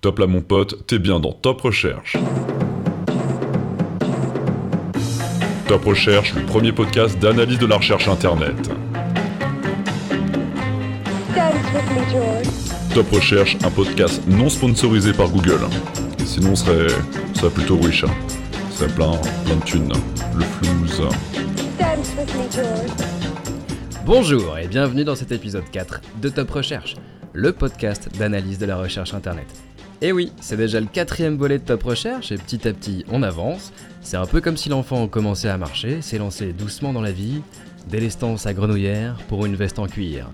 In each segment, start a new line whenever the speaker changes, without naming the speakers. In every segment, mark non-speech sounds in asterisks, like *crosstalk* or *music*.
Top là mon pote, t'es bien dans Top Recherche. Top Recherche, le premier podcast d'analyse de la recherche internet.
Dance with me, George.
Top Recherche, un podcast non sponsorisé par Google. Et sinon, on serait, on serait plutôt riche. hein. On serait plein, plein de thunes. Le flouze.
Dance with me, George.
Bonjour et bienvenue dans cet épisode 4 de Top Recherche, le podcast d'analyse de la recherche internet. Et oui, c'est déjà le quatrième volet de Top Recherche et petit à petit on avance. C'est un peu comme si l'enfant commençait à marcher, s'est lancé doucement dans la vie, délestant sa grenouillère pour une veste en cuir.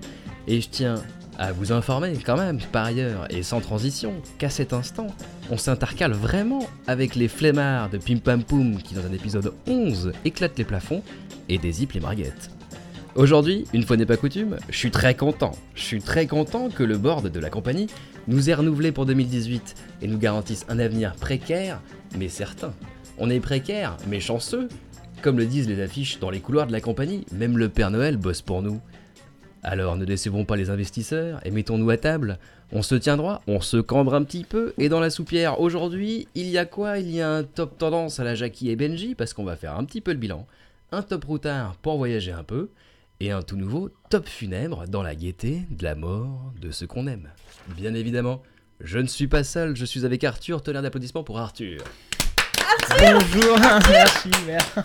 Et je tiens à vous informer quand même, par ailleurs, et sans transition, qu'à cet instant, on s'intercale vraiment avec les flemmards de Pim Pam Poum qui dans un épisode 11 éclatent les plafonds et dézippent les marguettes. Aujourd'hui, une fois n'est pas coutume, je suis très content. Je suis très content que le board de la compagnie nous ait renouvelé pour 2018 et nous garantisse un avenir précaire, mais certain. On est précaire, mais chanceux. Comme le disent les affiches dans les couloirs de la compagnie, même le Père Noël bosse pour nous. Alors ne décevons pas les investisseurs et mettons-nous à table. On se tient droit, on se cambre un petit peu et dans la soupière aujourd'hui, il y a quoi Il y a un top tendance à la Jackie et Benji parce qu'on va faire un petit peu le bilan, un top routard pour voyager un peu et un tout nouveau top funèbre dans la gaieté de la mort de ce qu'on aime. Bien évidemment, je ne suis pas seul, je suis avec Arthur, tonnerre d'applaudissements pour Arthur.
Bonjour, Ah,
*laughs*
merci, merci.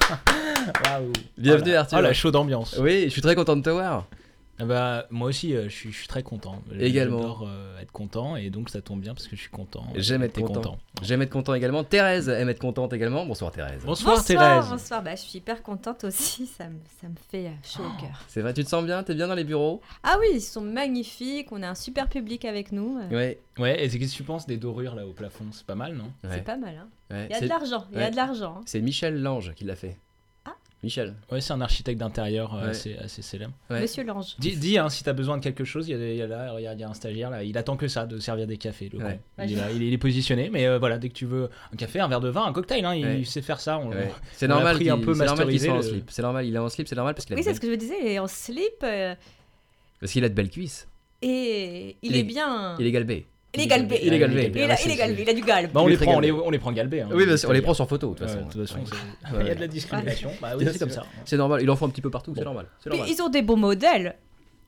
Waouh.
Bienvenue,
Oh la-
Arthur.
Oh la chaude ambiance.
Oui, je suis très content de te voir.
Ah Bah, moi aussi, euh, je suis, je suis très content.
Également.
J'adore euh, être content et donc ça tombe bien parce que je suis content.
J'aime
Et
être
t'es
content. J'aime être content également. Thérèse aime être contente également. Bonsoir Thérèse.
Bonsoir, Thérèse.
Bonsoir, bah, je suis hyper contente aussi, *laughs* ça me, ça me fait euh, chaud
Oh.
au cœur.
C'est vrai, tu te sens bien T'es bien dans les bureaux
Ah oui, ils sont magnifiques, on a un super public avec nous, euh,
Ouais.
Ouais, et c'est- qu'est-ce que tu penses des dorures là au plafond C'est pas mal, non
ouais,
c'est pas mal. Hein.
ouais.
Il y a
C'est-
de l'argent, il y
ouais.
a de l'argent. hein.
C'est Michel Lange qui l'a fait.
Ah.
Michel.
Ouais, c'est un architecte d'intérieur euh,
Ouais.
assez, assez célèbre.
Ouais.
Monsieur Lange.
Dis, dis, hein, si t'as besoin de quelque chose, il y a, il y a là, regarde, il y a un stagiaire là, il attend que ça, de servir des cafés. Le
Ouais.
con. Il, est là, il est- il est positionné, mais euh, voilà, dès que tu veux un café, un verre de vin, un cocktail, hein, il
Ouais.
sait faire ça. on-
Ouais. C'est
on l'a
normal
pris
qu'il
un peu
c'est normal qu'il
masterisé,
soit en
le-
slip. C'est normal, il est en slip, c'est normal parce qu'il a,
Oui,
de
c'est
belles-
ce que je me disais, il est en slip euh,
parce qu'il a de belles cuisses.
et il
Il est-
est bien.
Il est galbé.
Il est galbé.
Il est galbé.
Il est là- il est galbé, il a du galbe.
Bah, on,
Il est
les
très
prend, on, les,
galbé.
on les prend galbés. hein.
Oui, bien sûr, on les prend sur photo de toute
Ouais,
façon.
de toute façon,
Ouais.
c'est- il y a de la discrimination. Bah oui,
Ouais.
c'est comme ça.
C'est normal, il en faut un petit peu partout, c'est
Bon.
normal. c'est
Puis
normal.
ils ont des beaux modèles.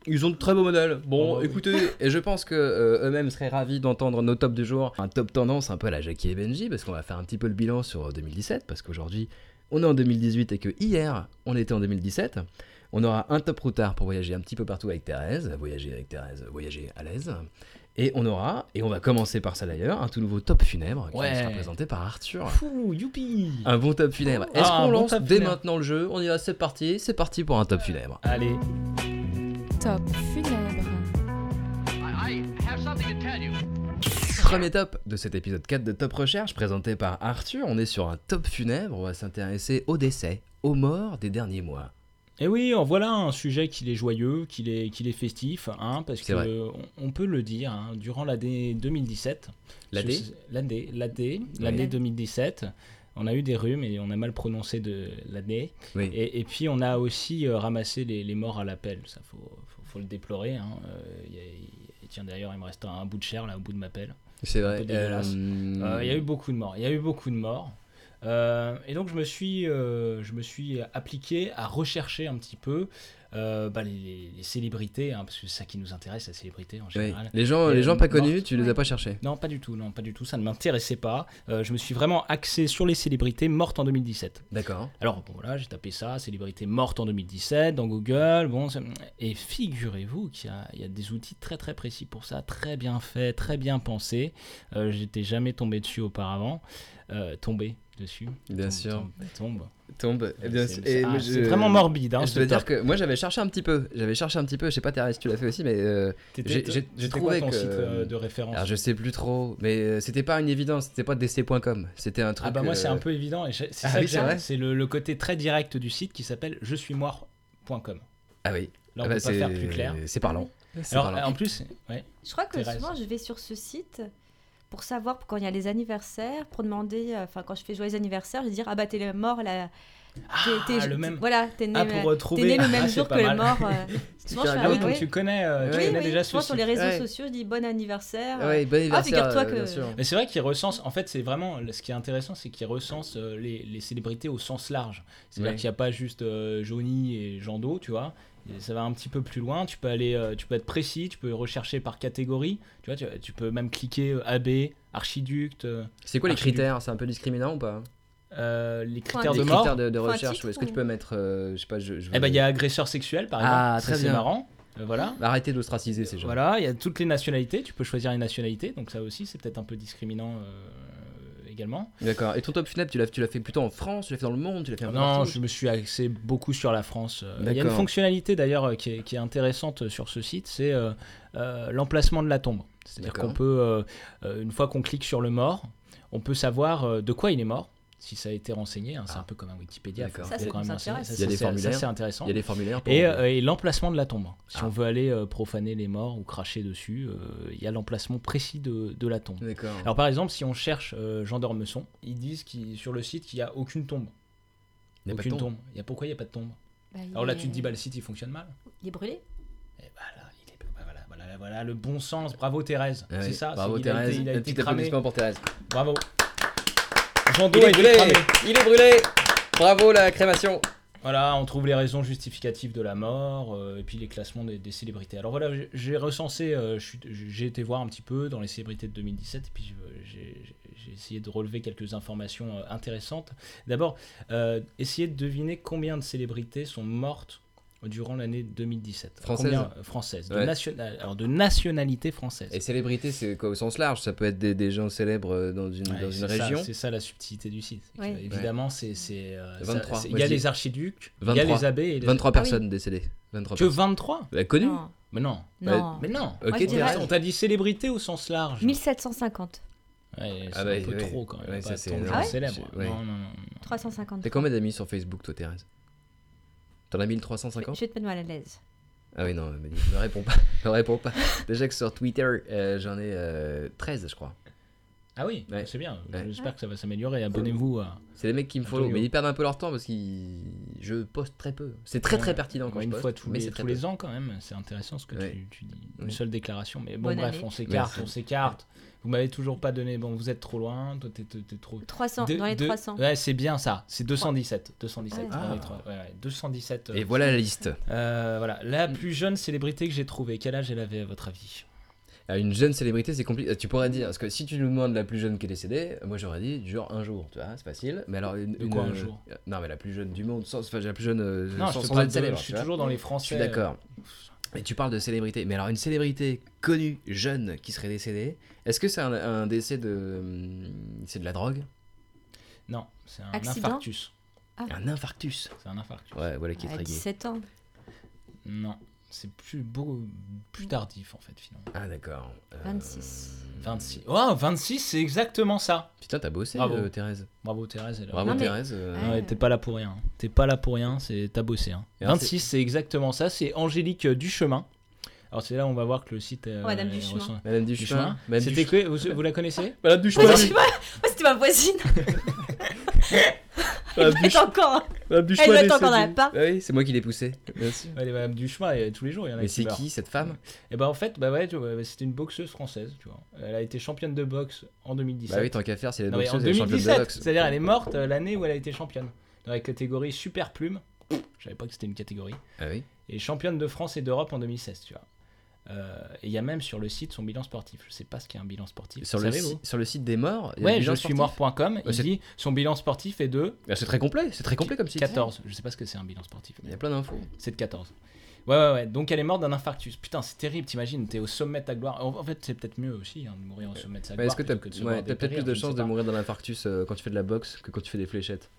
Ils ont de très beaux modèles. Bon,
Oh, bah oui.
écoutez, et je pense que euh, eux-mêmes seraient ravis d'entendre nos tops du jour. Un top tendance un peu à la Jackie et Benji, parce qu'on va faire un petit peu le bilan sur euh, 2017, parce qu'aujourd'hui, on est en 2018 et que hier, on était en 2017. On aura un top routard pour voyager un petit peu partout avec Thérèse, voyager avec Thérèse, voyager à l'aise. Et on aura, et on va commencer par ça d'ailleurs, un tout nouveau top funèbre qui
Ouais.
sera présenté par Arthur.
Fou, youpi
Un bon top funèbre. Est-ce
Ah,
qu'on
un bon
lance
top
dès
funèbre.
maintenant le jeu On y va, c'est parti, c'est parti pour un top funèbre.
Allez,
Top funèbre.
Premier top de cet épisode 4 de Top Recherche présenté par Arthur. On est sur un top funèbre, on va s'intéresser au décès, aux morts des derniers mois.
et Eh oui, en voilà un sujet qu'il est joyeux, qu'il est, qu'il est festif, hein, parce
C'est
que
vrai.
on, on peut le dire, hein, durant l'année 2017,
L'année
ce- l'année, l'année, l'année 2017, on a eu des rhumes et on a mal prononcé de l'année,
Oui.
et, et puis on a aussi euh, ramassé les, les morts à l'appel, ça faut, faut, faut le déplorer. hein, euh, y a- y- tiens d'ailleurs, il me reste un, un bout de chair là au bout de ma pelle.
C'est vrai.
peu dégueulasse.
euh,
Euh, Il y a eu beaucoup de morts. Il y a eu beaucoup de morts. Euh, et donc je me suis, euh, je me suis appliqué à rechercher un petit peu euh, bah, les, les- les célébrités, hein, parce que c'est ça qui nous intéresse, la célébrité en
oui.
général.
Les gens, les
Et,
gens
euh,
pas connus,
mortes.
tu les as pas cherchés.
Non, pas du tout, non, pas du tout. Ça ne m'intéressait pas. Euh, je me suis vraiment axé sur les célébrités mortes en 2017.
D'accord.
Alors bon, voilà, j'ai tapé ça, célébrités mortes en 2017 dans Google. Bon, ça- et figurez-vous qu'il y a- il y, a des outils très très précis pour ça, très bien faits, très bien pensés. Euh, J'étais jamais tombé dessus auparavant, Euh, tombé dessus.
Bien
Tombe,
sûr. Eh
tombe, tombe.
Tombe.
C'est c'est- ah, c'est vraiment morbide. Hein,
Je
ce
dois dire
top.
que moi j'avais cherché un petit peu, j'avais cherché un petit peu, je sais pas Thérèse si tu l'as fait aussi, mais euh,
T'étais-
j'ai- j'ai- j'ai
c'était
trouvé
quoi ton
que-
site euh, de référence.
alors je sais plus trop, mais euh, c'était pas une évidence, c'était pas dc.com, c'était un truc.
ah bah moi c'est
euh,
un peu évident. et j'ai- C'est
Ah
ça
oui,
que
c'est
j'aime.
vrai.
C'est le, le côté très direct du site qui s'appelle je suis mort.com.
Ah oui,
Là on
Ah bah,
peut pas
c'est-
faire plus clair.
C'est parlant. C'est
Alors
parlant.
en plus, ouais.
Je crois que
Thérèse.
souvent je vais sur ce site pour savoir quand il y a les anniversaires, pour demander, euh, enfin quand je fais joyeux anniversaire, je vais dire ah bah t'es mort là. t'es-
Ah,
t'es-
Ah, le même.
Voilà, t'es né,
Ah,
euh,
pour
t'es
retrouver.
né le
*laughs* Ah,
même
c'est
jour que
pas
le
mal.
mort.
*laughs*
euh. Souvent, je fais,
Ah oui,
ah
donc
oui.
tu connais, euh, tu
Oui,
connais
oui,
déjà
souvent
ce
sur les réseaux
Ouais.
sociaux, je dis bon anniversaire.
Ouais, bon anniversaire.
figure-toi
euh,
que-
bien sûr.
Mais c'est vrai qu'ils recensent, en fait, c'est vraiment ce qui est intéressant, c'est qu'ils recensent euh, les, les célébrités au sens large. C'est-à-dire
Ouais.
qu'il n'y a pas juste euh, Johnny et Jando, tu vois. Et Ça va un petit peu plus loin. Tu peux aller, euh, tu peux être précis, tu peux rechercher par catégorie. Tu vois, tu, tu peux même cliquer euh, abbé, archiducte, euh,
C'est quoi les
Archiduc.
critères C'est un peu discriminant ou pas
euh, les
Point
critères
des
de
Les
mort.
critères de, de
Faut un
recherche,
titre
ou est-ce que tu
ou-
peux mettre, euh, je sais pas, je, je
Eh ben,
veux-
il y a agresseur sexuel, par exemple.
Ah,
Ça,
très
c'est
bien.
marrant. Euh, voilà.
Arrêtez d'ostraciser ces gens.
Voilà, il y a toutes les nationalités. Tu peux choisir une nationalité, donc ça aussi, c'est peut-être un peu discriminant euh, également.
D'accord. Et ton top final, tu l'as, tu l'as fait plutôt en France, tu l'as fait dans le monde, tu l'as fait un peu
Non,
partout
je me suis axé beaucoup sur la France. Euh, Il y a une
D'accord.
fonctionnalité d'ailleurs euh, qui, est- qui est intéressante sur ce site, c'est euh, euh, l'emplacement de la tombe. C'est-à-dire
D'accord.
qu'on peut, euh, euh, une fois qu'on clique sur le mort, on peut savoir euh, de quoi il est mort, si ça a été renseigné. hein, c'est
Ah.
un peu comme un Wikipédia.
D'accord.
faut-
Ça,
faut
c'est-
quand même
ça
renseigner.
intéresse.
Ça,
Il y a
c'est-
des
ça, c'est
formulaires.
intéressant.
Il y a des formulaires. pour-
Et, euh, et l'emplacement de la tombe. Si
Ah.
on veut aller euh, profaner les morts ou cracher dessus, euh, il y a l'emplacement précis de, de la tombe.
D'accord.
Alors par exemple, si on cherche euh, Jean d'Ormesson, ils disent qu'il- sur le site qu'il n'y a aucune tombe.
Il y a pas de
aucune
tombe.
Il y a- pourquoi il n'y a pas de tombe
Bah, il
Alors là,
est-
tu te dis, bah, le site, il fonctionne mal.
Il est brûlé.
Et voilà, il est- bah, voilà, voilà, voilà, le bon sens. Bravo Thérèse.
Ouais,
c'est ça.
Ah Bravo
c'est- il a été-
Thérèse.
Il a
Un
été
petit
cramé.
applaudissement pour Thérèse.
Bravo. Jean
Il
Do a
est
été
brûlé.
cramé.
Il est brûlé. Bravo la crémation.
Voilà, on trouve les raisons justificatives de la mort euh, et puis les classements des, des célébrités. Alors voilà, j'ai- j'ai recensé, euh, je suis- j'ai été voir un petit peu dans les célébrités de 2017 et puis je- j'ai j'ai essayé de relever quelques informations euh, intéressantes. D'abord, euh, essayez de deviner combien de célébrités sont mortes durant l'année 2017.
Françaises
Combien, euh, Françaises. De,
Ouais.
nationa- alors de nationalité française.
Et célébrité, c'est quoi au sens large Ça peut être des, des gens célèbres euh, dans une,
Ouais,
dans une
c'est ça-
région.
C'est ça la subtilité du site. C'est que,
Ouais.
Évidemment, c'est. c'est, euh, ça-
23,
c'est- Il y a
vas-y.
les archiducs, il y a
23.
les abbés et les.
23
Ah oui.
personnes décédées. 23
Que 23
personnes. Bah, Connu
Non.
Mais non.
Bah,
non.
Mais non
Ok,
Moi, je dirais-
Thérèse.
Euh, On t'a dit célébrité au sens large.
1750.
Ouais, c'est
Ah
un
bah,
peu
ouais.
trop quand même.
Ouais,
pas
ça, c'est
tant de
énorme.
gens célèbres.
Ah ouais
Non, non, non.
T'as
350.
combien d'amis sur Facebook, toi, Thérèse T'en as 1350
Je vais te mettre mal à l'aise.
Ah oui, non, mais ne réponds pas. *laughs* Ne réponds pas. Déjà que sur Twitter, euh, j'en ai euh, 13, je crois.
Ah oui,
Ouais.
c'est bien.
Ouais.
J'espère que ça va s'améliorer. Abonnez-vous euh, à
C'est les mecs qui me follow,
Antonio.
mais ils perdent un peu leur temps parce que je poste très peu. C'est très très
Ouais.
pertinent quand
Ouais,
je
une
poste,
fois tous,
mais
les,
c'est très
tous
peu.
les ans quand même. C'est intéressant ce que
Ouais.
tu, tu dis. Une
Ouais.
seule déclaration. Mais bon,
Bonne
bref,
année.
on s'écarte,
Merci.
on s'écarte. Vous m'avez toujours pas donné. Bon, vous êtes trop loin. Toi, t'es t'es- t'es trop.
300,
Deux-
dans les
deux-
300.
Ouais, c'est bien ça. C'est 217. 217.
Ah.
dans les trois- ouais, ouais, 217.
Et voilà la liste.
Euh, voilà. La plus jeune célébrité que j'ai trouvée. Quel âge elle avait à votre avis
À une jeune célébrité, c'est compliqué. Tu pourrais dire, parce que si tu nous demandes la plus jeune qui est décédée, moi j'aurais dit genre un jour, tu vois, c'est facile. Mais alors une,
De
une,
quoi, un
euh,
jour
non, mais la plus jeune du monde, sans, enfin la plus jeune euh,
Non,
sans,
je, te
sans
parle
être
de-
célèbre.
je suis
tu vois.
toujours dans les
Je
français. euh,
suis d'accord. Mais tu parles de célébrité. Mais alors, une célébrité connue, jeune, qui serait décédée, est-ce que c'est un, un décès de. hum, C'est de la drogue
Non, c'est un
Accident
infarctus.
Un infarctus
C'est un infarctus.
Ouais, voilà qui est
À
très gay.
17 ans.
Non, c'est plus beau, plus tardif en fait finalement.
Ah, d'accord. Euh,
26.
26. Oh, 26, c'est exactement ça.
Putain, t'as bossé,
Bravo.
euh, Thérèse.
Bravo Thérèse. elle a-
Bravo,
Non, mais-
Thérèse. euh,
Ouais.
Ouais, t'es pas là pour rien. hein. T'es pas là pour rien, c'est t'as bossé. hein.
Et alors,
26, c'est exactement ça. C'est Angélique euh, Duchemin. Alors c'est là où on va voir que le site. euh,
Madame
elle
Duchemin.
ressemble-
Madame Duchemin.
Duchemin.
Madame
C'était
Duchemin.
que vous, vous la connaissez
Madame
Ah, bah, tu vois, moi, c'était ma voisine. Elle doit être encore. hein. Bah, Elle doit être encore dans la part.
Ah oui, c'est moi qui l'ai poussée. Bien sûr.
Ouais, Madame Duchemin, et tous les jours il y en a
Mais
qui
Ah c'est
meurent.
qui cette femme
Et bah en fait, bah ouais, tu vois, c'était une boxeuse française, tu vois. Elle a été championne de boxe en 2017.
Bah oui, tant qu'à faire, c'est la
Non, mais en
boxeuse et la championne de
2017,
boxe.
c'est-à-dire elle est morte euh, l'année où elle a été championne. Dans la catégorie super plume, je savais pas que c'était une catégorie.
Ah oui
Et championne de France et d'Europe en 2016, tu vois. Euh, et il y a même sur le site son bilan sportif. Je sais pas ce qu'est un bilan sportif.
sur
Vous
le,
savez,
si-
vous
sur le site des morts, il y a le
Ouais, je
bilan
suis
sportif.
mort.com.
Ouais,
Il
c'est-
dit son bilan sportif est de
Ah, c'est très complet, c'est très complet comme site.
14. Je sais pas ce que c'est un bilan sportif.
Il y a plein d'infos.
C'est de 14. Ouais, ouais, ouais. Donc elle est morte d'un infarctus. Putain, c'est terrible, t'imagines, t'es au sommet de ta gloire. En en fait, c'est peut-être mieux aussi hein, de mourir au sommet de sa
Ouais,
gloire.
Bah, Est-ce que t'as
plutôt que de se voir
ouais, t'as peut-être
dépérir,
plus de
je ne sais
chances de
pas.
mourir d'un infarctus euh, quand tu fais de la boxe que quand tu fais des fléchettes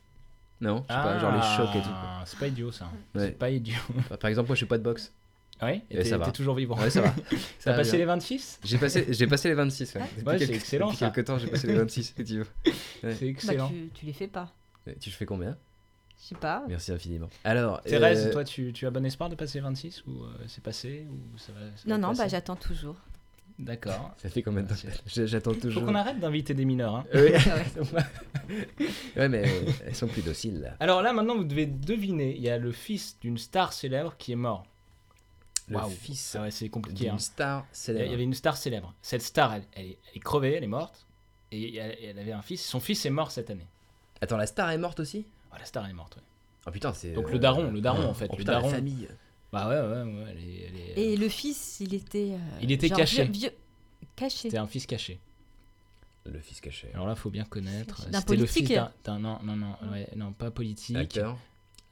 Non Je sais
Ah,
pas, genre les chocs et tout.
C'est pas idiot ça.
Ouais.
C'est pas idiot. *laughs*
Enfin, Par exemple, moi je fais pas de boxe.
Ouais, et
Et ça
t'es
va.
t'es toujours vivant.
Ouais, ça va. Ça
*laughs* T'as
va
passé
bien.
les 26
J'ai passé, j'ai passé les 26. Ouais. Depuis
Ouais, c'est
quelques-
excellent,
Depuis
ça.
quelques temps, j'ai passé les 26. effectivement. Ouais.
C'est
Bah,
excellent.
tu, tu les fais pas.
Et Tu fais combien
Je sais pas.
Merci infiniment. Alors,
Thérèse,
euh,
toi, tu, tu as bon espoir de passer les 26 ou euh, c'est passé ou ça va, ça va
Non, bah, non,
passer
bah, j'attends toujours.
D'accord. Bah,
Ça fait combien de temps J'ai- J'attends
Faut
toujours. *laughs*
qu'on arrête d'inviter des mineurs. hein.
Oui.
*laughs*
ouais, mais euh, elles sont plus dociles là.
Alors là, maintenant, vous devez deviner. Il y a le fils d'une star célèbre qui est mort.
Le
Waouh.
fils
Ah ouais, c'est compliqué.
d'une
hein.
star
Il y a- il y
célèbre.
avait une star célèbre. Cette star, elle, elle est, elle est crevée, elle est morte. Et elle, elle avait un fils. Son fils est mort cette année.
Attends, la star est morte aussi
Ah, la star, elle est morte. ouais.
Oh putain, c'est.
Donc le daron, le daron, en fait,
Oh
le
putain,
daron.
la famille.
Bah ouais, ouais, ouais. Elle est, elle est-
Et le fils, il était. euh,
Il était
genre
caché.
vieux- vieux- caché.
C'était un fils caché.
Le fils caché.
Alors là, faut bien connaître.
D'un
C'était le
politique
fils d'un. d'un- Non, non, non, ouais, non, pas politique.
Acteur.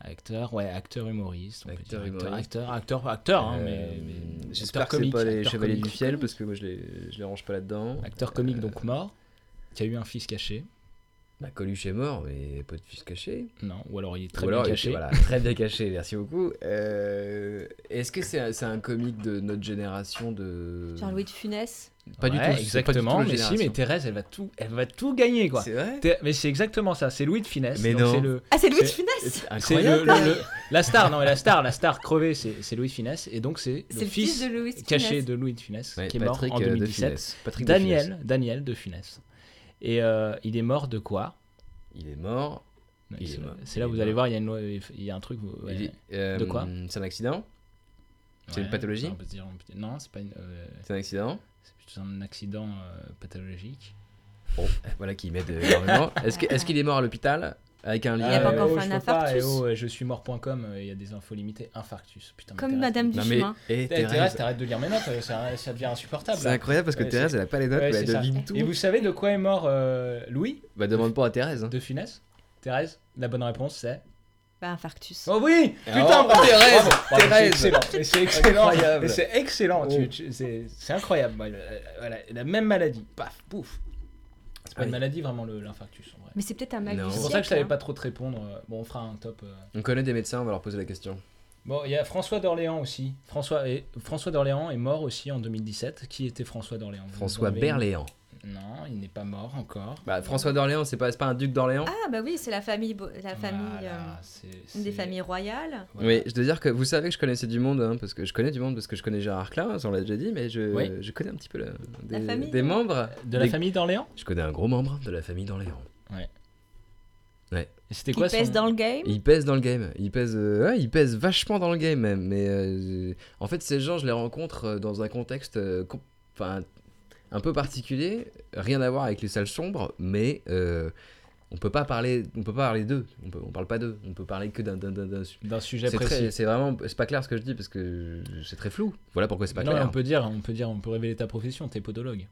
Acteur, ouais, acteur humoriste. on peut
Acteur
dire. acteur,
humoriste.
acteur, acteur, acteur, hein,
Euh,
mais, mais-
J'espère
acteur
que c'est
comique,
pas les
acteur
chevaliers du
comique.
fiel parce que moi je les, je les range pas là-dedans.
Acteur comique, donc
euh,
mort, qui a eu un fils caché.
Bah, Coluche est mort, mais pas de fils caché.
Non, ou alors il est très
Ou alors,
bien
il
caché.
était- voilà, très bien caché, *laughs* merci beaucoup. Euh, Est-ce que c'est c'est un comique de notre génération de.
Genre Louis de Funès.
Pas du
Ouais,
tout, c'est pas du tout
exactement.
notre
mais si, mais
génération.
Thérèse, elle va tout, elle va tout gagner, quoi.
C'est vrai
Thé- Mais c'est exactement ça. C'est Louis de Finesse.
Mais
donc
non.
c'est le-
Ah, c'est Louis de
C'est-
Funès
c'est le- le- le- la star, non, mais la star, la star crevée, c'est c'est Louis de Finesse, et donc c'est le,
C'est le fils de Louis de
caché
Funès.
de Louis de Funès
Ouais,
qui est mort
Patrick,
en
euh, de
2017.
Funès. Patrick de Funès.
Daniel, Daniel de Funès. Et euh, il est mort de quoi
Il est mort. Il est
C'est
mort.
c'est là
Il
où
est
vous allez
mort.
voir, il y a, une loi- il y a un truc. vous- ouais.
Il est- euh,
De quoi
C'est un accident c'est une
Ouais,
pathologie
on peut se dire- on peut- Non, c'est pas une. euh,
C'est un accident
c'est plutôt un accident euh, pathologique. Oh.
Bon, voilà qui m'aide énormément. Est-ce que- est-ce qu'il est, mort à l'hôpital Avec un
Il
lien.
a pas
euh,
encore fait
je
un
peux pas,
infarctus.
eh oh, eh, je suis mort.com, euh, il y a des infos limitées. Infarctus. Putain, mais
Comme
Thérèse,
Madame
mais-
du hein.
Non mais.
chemin.
eh,
Eh, Thérèse,
Thérèse,
t'arrêtes de lire mes notes, euh, ça, ça devient insupportable.
C'est
là.
incroyable parce que
Ouais,
Thérèse,
c'est-
elle a pas les notes,
Ouais,
mais
c'est
elle
ça.
devine
Et
tout.
vous savez de quoi est mort euh, Louis
Bah, demande pas à Thérèse. hein.
de Funès Thérèse La bonne réponse c'est.
Bah, infarctus.
Oh oui Putain,
Oh,
bravo,
Thérèse,
bravo, bravo,
Thérèse.
C'est excellent, mais c'est excellent,
Incroyable.
mais c'est excellent, tu-
Oh.
tu- c'est c'est incroyable. Voilà, voilà, la même maladie, paf, pouf. C'est pas
Ouais.
une maladie vraiment le- l'infarctus en vrai.
Mais c'est peut-être un mal
Non.
du
C'est pour ça que je savais
siècle,
pas trop te répondre. Bon, on fera un top. euh.
On connaît des médecins, on va leur poser la question.
Bon, il y a François d'Orléans aussi. François, et, François d'Orléans est mort aussi en 2017. Qui était François d'Orléans Vous en
François
avez-
Berléand.
Non, il n'est pas mort encore.
Bah, François d'Orléans, c'est pas, c'est pas un duc d'Orléans
hein. Ah, bah oui, c'est la famille. bo- La famille
Voilà,
euh,
c'est-
une des
c'est-
familles royales.
voilà.
Oui, je dois dire que vous savez que je connaissais du monde, hein, parce que je connais du monde parce que je connais Gérard Klein, hein, ça, on l'a déjà dit, mais je,
Oui.
je connais un petit peu le- des,
famille.
des membres.
De la
Des-
famille d'Orléans
Je connais un gros membre de la famille d'Orléans.
Et C'était
Qui
quoi
pèse
son-
dans le game.
Il pèse dans le game, il pèse, euh, ouais, il pèse vachement dans le game même. Mais euh, en fait, ces gens, je les rencontre euh, dans un contexte, euh, com- enfin, un peu particulier, rien à voir avec les salles sombres, mais euh, on peut pas parler, on peut pas parler d'eux, on, peut- on parle pas d'eux, on peut parler que d'un d'un- d'un- d'un
d'un sujet
C'est
précis
très- c'est vraiment, c'est pas clair ce que je dis parce que c'est très flou. Voilà pourquoi c'est pas
non, mais
clair.
on peut dire, on peut dire, on peut révéler ta profession, t'es podologue.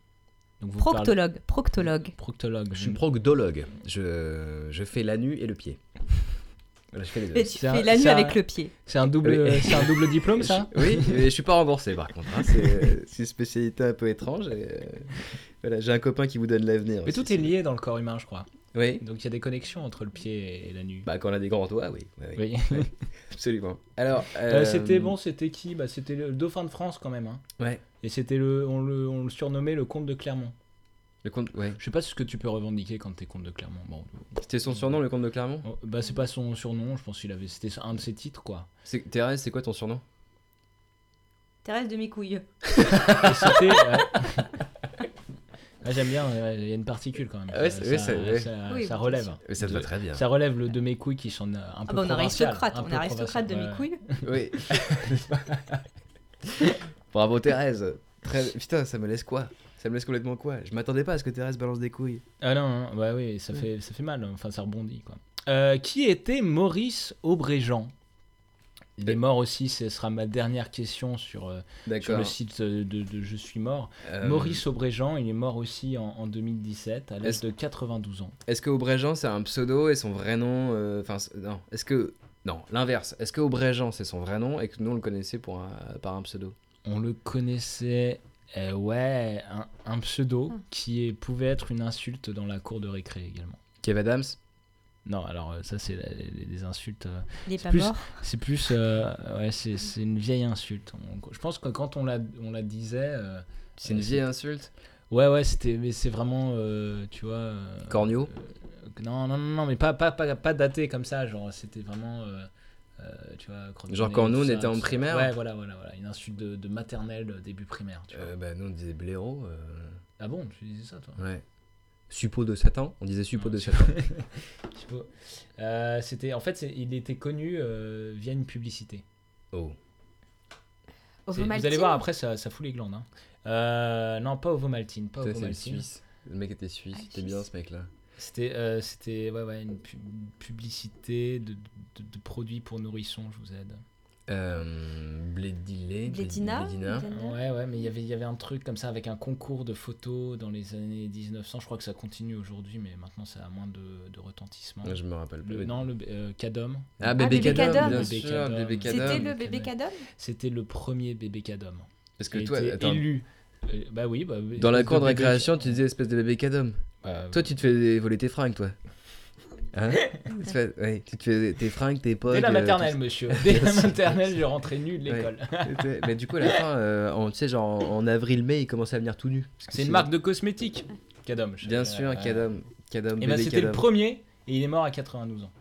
Donc vous parlez-
Proctologue. Proctologue.
Proctologue.
Je suis progdologue. Je, je fais la nuit et le pied. Voilà, je fais les deux.
Et tu
Euh, C'est un-
fais la nuit
c'est un-
avec le pied.
C'est un double,
Oui.
c'est un double diplôme, ça.
Je- Oui, mais je suis pas remboursé par contre. hein. C'est c'est une spécialité un peu étrange. et, euh, voilà, j'ai un copain qui vous donne l'avenir.
Mais
aussi,
tout est
c'est-
lié dans le corps humain, je crois.
Oui.
Donc il y a des connexions entre le pied et la nuit.
Bah, quand on a des grands doigts, oui. oui, oui,
Oui.
Absolument. Alors,
Euh,
euh,
c'était bon, c'était qui Bah c'était le dauphin de France quand même. hein.
Ouais.
Et c'était le, on le, on le surnommait le comte de Clermont.
euh, Le comte, ouais.
Je sais pas ce que tu peux revendiquer quand t'es comte de Clermont. Bon,
C'était son surnom, le comte de Clermont.
oh, bah c'est pas son surnom, je pense qu'il avait, c'était un de ses titres quoi.
C'est- Thérèse, c'est quoi ton surnom
Thérèse de mes
Et
couilles.
*laughs*
c'était. ouais. Ah, j'aime bien, ouais, il y a une particule quand même.
Ah ouais,
ça,
c'est- ouais,
ça-
c'est- ouais.
ça-
Oui,
ça
oui,
relève.
Ça te
De-
va très bien.
Ça relève le de mes couilles qui sont euh, un
Ah
peu
bah on est
provincial,
aristocrate,
un
on
peu
est aristocrate de
provincial,
mes
ouais.
couilles.
Oui. *laughs* Bravo Thérèse. Très- Putain, ça me laisse quoi Ça me laisse complètement quoi Je m'attendais pas à ce que Thérèse balance des couilles.
Ah non, non, bah oui, ça fait, ça fait mal, enfin ça rebondit quoi. Euh, qui était Maurice Aubréjean Il est mort aussi, ce sera ma dernière question sur, euh, sur le site euh, de, de Je suis mort.
Euh,
Maurice Aubréjean, il est mort aussi en, en 2017 à l'âge
Est-ce-
de 92 ans.
Est-ce que Aubréjean c'est un pseudo et son vrai nom euh, Enfin, c'est- non. Est-ce que. Non, l'inverse. Est-ce que Aubréjean c'est son vrai nom et que nous on le connaissait pour un- par un pseudo
On le connaissait, euh, ouais, un, un pseudo
Hmm.
qui est- pouvait être une insulte dans la cour de récré également.
Kev Adams
Non, alors euh, ça c'est la- les, les insultes... euh,
Il est
C'est
pas
plus-
mort.
C'est plus, euh, ouais, c'est c'est une vieille insulte. On- je pense que quand on la, on la disait, euh,
C'est une
Euh,
vieille insulte
ouais, ouais, c'était, mais c'est vraiment, euh, tu vois. euh,
Cornio
euh, non, non, non, non, mais pas, pas, pas, pas daté comme ça. Genre, c'était vraiment. euh, euh, tu vois, croque-nez,
Genre quand nous, on
tout ça,
était en
tout ça.
primaire
Ouais, voilà, voilà, voilà. Une insulte de, de maternelle, euh, début primaire, tu vois.
Euh, bah, nous, on disait blaireau. euh,
Ah bon, tu disais ça, toi
Ouais. Suppôt de Satan On disait suppôt
Ah,
de
tu-
Satan.
*laughs* Tu vois. Euh, c'était, en fait, c'est- il était connu euh, via une publicité.
Oh.
C'est-
Ovomaltine.
Vous allez voir, après, ça, ça fout les glandes. hein. Euh, non, pas Ovomaltine,
Putain,
pas
c'est le
Ovomaltine.
Suisse. Le mec était suisse.
Ah, le
C'était bien
Suisse.
ce mec-là.
C'était, euh, c'était ouais, ouais, une pub- publicité de, de- de produits pour nourrissons, je vous aide.
Euh, Blédilé.
Blédina,
Blédina.
Blédina. Tinder
Ouais, ouais, mais il y avait- il y avait un truc comme ça avec un concours de photos dans les années 1900. Je crois que ça continue aujourd'hui, mais maintenant ça a moins de, de retentissement.
Ouais, Ah, Je me rappelle
Le-
plus.
non, le euh, Cadom,
Ah,
bébé
bébé Cadom,
Cadom.
bien
Bébé
sûr.
Cadom.
Bébé
Cadom.
C'était le
Cadom.
bébé Cadom
c'était le premier bébé Cadom.
Parce que
Il
toi,
était
attends,
élu. Euh, bah oui, bah, oui,
dans la
espèce
cour de
bébé-
récréation, tu disais espèce de bébé Cadom.
Bah,
Toi, tu te fais voler tes fringues, toi. Hein Tu te fais- ouais, Tu te fais tes fringues, tes potes.
Dès la
euh, *laughs*
maternelle,
tout
monsieur. Dès la
Bien sûr.
maternelle, je rentrais nu de
Ouais.
l'école.
ça. Ouais, Mais du coup, à la fin, euh, en- tu sais, genre en, en avril-mai, il commençait à venir tout nu. Parce que
C'est une marque de cosmétiques, Cadom. je-
Bien
euh,
sûr,
euh,
Cadom. Cadom,
Et bah,
bébé
c'était le
Cadom.
premier, et il est mort à 92 ans.